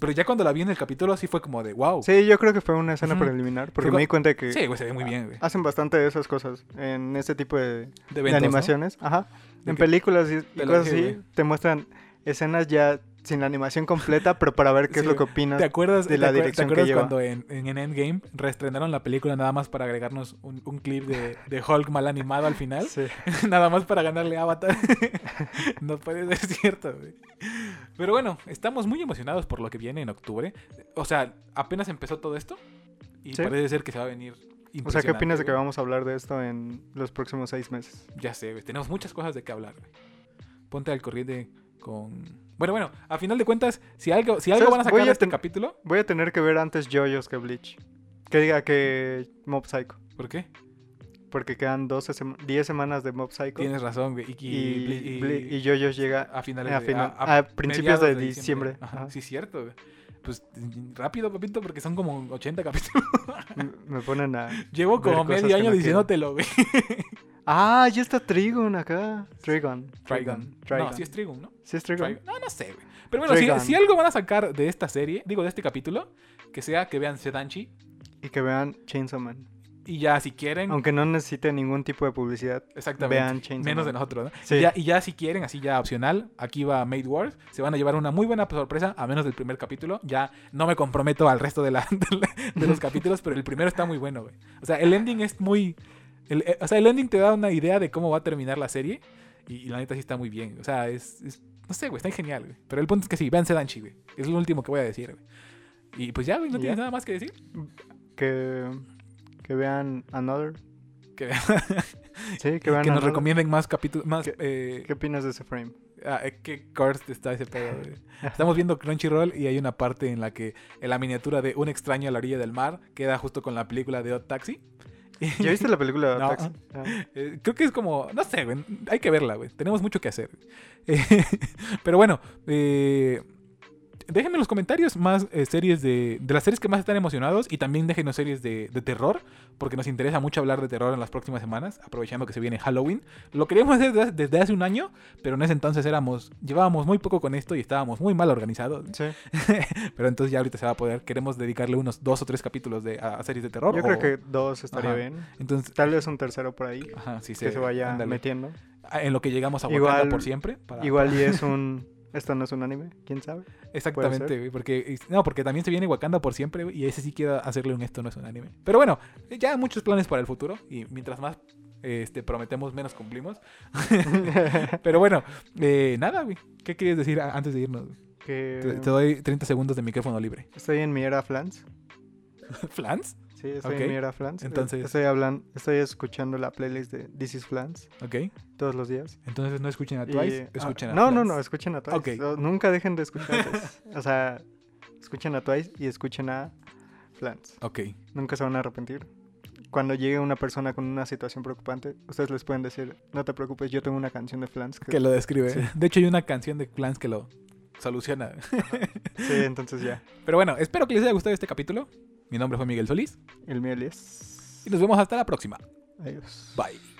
A: Pero ya cuando la vi en el capítulo, sí fue como de wow.
B: Sí, ah, yo creo que fue una escena
A: Ujú.
B: preliminar, porque
A: Fue
B: me di cuenta que
A: Sí, güey, se ve muy bien, güey.
B: hacen bastante de esas cosas en este tipo de,
A: De,
B: de
A: eventos, ¿no?
B: animaciones. Ajá.
A: De
B: En
A: que-
B: películas y, y
A: Te lo
B: cosas
A: dije,
B: así te muestran escenas ya sin la animación completa, pero para ver qué es
A: Sí,
B: lo que
A: güey.
B: opinas.
A: ¿Te acuerdas
B: de
A: te
B: la
A: acuer- te
B: dirección que
A: acuerdas
B: lleva.
A: cuando en, en, en Endgame reestrenaron la película nada más para agregarnos un, un clip de, de Hulk mal animado al final?
B: Sí.
A: nada más para ganarle a Avatar. no puede ser cierto, güey. Pero bueno, estamos muy emocionados por lo que viene en octubre. O sea, apenas empezó todo esto y
B: Sí.
A: parece ser que se va a venir
B: O sea, ¿qué
A: impresionante,
B: opinas de que
A: güey.
B: vamos a hablar de esto en los próximos seis meses?
A: Ya sé, güey, tenemos muchas cosas de qué hablar, güey. Ponte al corriente con... Bueno, bueno, a final de cuentas, si algo, si algo
B: ¿Sabes?
A: van a
B: Voy
A: sacar de
B: a
A: este
B: ten-
A: capítulo...
B: Voy a tener que ver antes JoJo's que Bleach. Que diga que Mob Psycho.
A: ¿Por qué?
B: Porque quedan 12 sema- 10 semanas de Mob Psycho.
A: Tienes razón, güey. Y,
B: y,
A: y- y-
B: Ble- y JoJo's llega.
A: a finales
B: a
A: de-
B: final- a principios
A: mediados
B: de diciembre.
A: Ajá,
B: Ajá.
A: Sí, cierto. güey. Pues rápido, papito, porque son como 80 capítulos.
B: m- Me ponen a.
A: Llevo
B: Ver
A: como
B: cosas
A: medio
B: que
A: año
B: no
A: diciéndotelo, güey.
B: Ah, ya está Trigon acá. Trigon.
A: Trigon.
B: Trigon. Trigon.
A: No, sí es Trigon, ¿no?
B: Sí es Trigon.
A: Trigon. No, no sé, güey. Pero bueno, si,
B: Trigon.
A: si algo van a sacar de esta serie, digo, de este capítulo, que sea que vean Sedanchi
B: Y que vean Chainsaw Man.
A: y ya si quieren,
B: Aunque no necesite ningún tipo de publicidad.
A: exactamente,
B: vean Chainsaw
A: menos de
B: Man.
A: nosotros, ¿no?
B: Sí.
A: Y, ya, y ya si quieren, así ya opcional, aquí va Made Wars, se van a llevar una muy buena sorpresa, a menos del primer capítulo. Ya no me comprometo al resto de, la- de la- de los capítulos, pero el primero está muy bueno, güey. O sea, el ending es muy... el- eh, o sea, el ending te da una idea de cómo va a terminar la serie y, y la neta sí está muy bien. O sea, es... es- no sé, güey, está genial, güey. Pero el punto es que sí, vean Sedanchi, güey. Es lo último que voy a decir, güey. Y pues ya, güey, no
B: Ya.
A: tienes nada más que decir.
B: Que, que vean Another.
A: Que,
B: Sí, que
A: que
B: vean
A: nos
B: Another.
A: recomienden más capítulos, más...
B: Que-
A: eh,
B: ¿Qué opinas de ese frame?
A: Ah, eh, qué cursed está ese pedo, güey. Estamos viendo Crunchyroll y hay una parte en la que la miniatura de un extraño a la orilla del mar queda justo con la película de Odd Taxi. Y-
B: ¿Ya viste la película de
A: No.
B: Taxi? Ah.
A: eh, Creo que es como, no sé, güey, hay que verla, güey. Tenemos mucho que hacer. Eh, pero bueno, eh, déjenme en los comentarios más eh, series de, de las series que más están emocionados y también déjenos series de, de terror, porque nos interesa mucho hablar de terror en las próximas semanas, aprovechando que se viene Halloween. Lo queríamos hacer desde, desde hace un año, pero en ese entonces éramos, llevábamos muy poco con esto y estábamos muy mal organizados.
B: Sí.
A: Pero entonces ya ahorita se va a poder. Queremos dedicarle unos dos o tres capítulos de, a, a series de terror.
B: Yo
A: o-
B: creo que dos estaría
A: Ajá.
B: bien.
A: Entonces,
B: Tal vez un tercero por ahí.
A: ajá, sí,
B: que se vaya
A: ándale.
B: metiendo.
A: Ah, en lo que llegamos a Wakanda
B: Igual-
A: por siempre. para-
B: Igual y es un... Esto no es un anime, quién sabe.
A: Exactamente,
B: ser.
A: güey, porque no, porque también se viene Wakanda por siempre güey, y ese sí quiero hacerle un esto no es un anime. Pero bueno, ya muchos planes para el futuro y mientras más este prometemos menos cumplimos. Pero bueno, eh, nada, güey. ¿Qué quieres decir a- antes de irnos? güey?
B: que
A: Te, te doy 30 segundos de micrófono libre.
B: estoy en mi era flans.
A: ¿Flans?
B: Sí, estoy
A: Ok.
B: en mi era flans.
A: Entonces-
B: Estoy, hablando, estoy escuchando la playlist de This is Flans
A: Ok.
B: todos los días.
A: Entonces no escuchen a
B: Y-
A: Twice, escuchen
B: ah,
A: a
B: No, no,
A: Flans.
B: no, escuchen a Twice.
A: Ok.
B: No, nunca dejen de escuchar a Twice. O sea, escuchen a Twice y escuchen a Flans.
A: Ok.
B: Nunca se van a arrepentir. Cuando llegue una persona con una situación preocupante, ustedes les pueden decir, no te preocupes, yo tengo una canción de Flans. Que...
A: Que lo describe.
B: Sí.
A: De hecho hay una canción de Flans que lo soluciona.
B: Sí, entonces ya.
A: Pero bueno, espero que les haya gustado este capítulo. Mi nombre fue Miguel Solís
B: El miel es...
A: y nos vemos hasta la próxima.
B: Adiós.
A: Bye.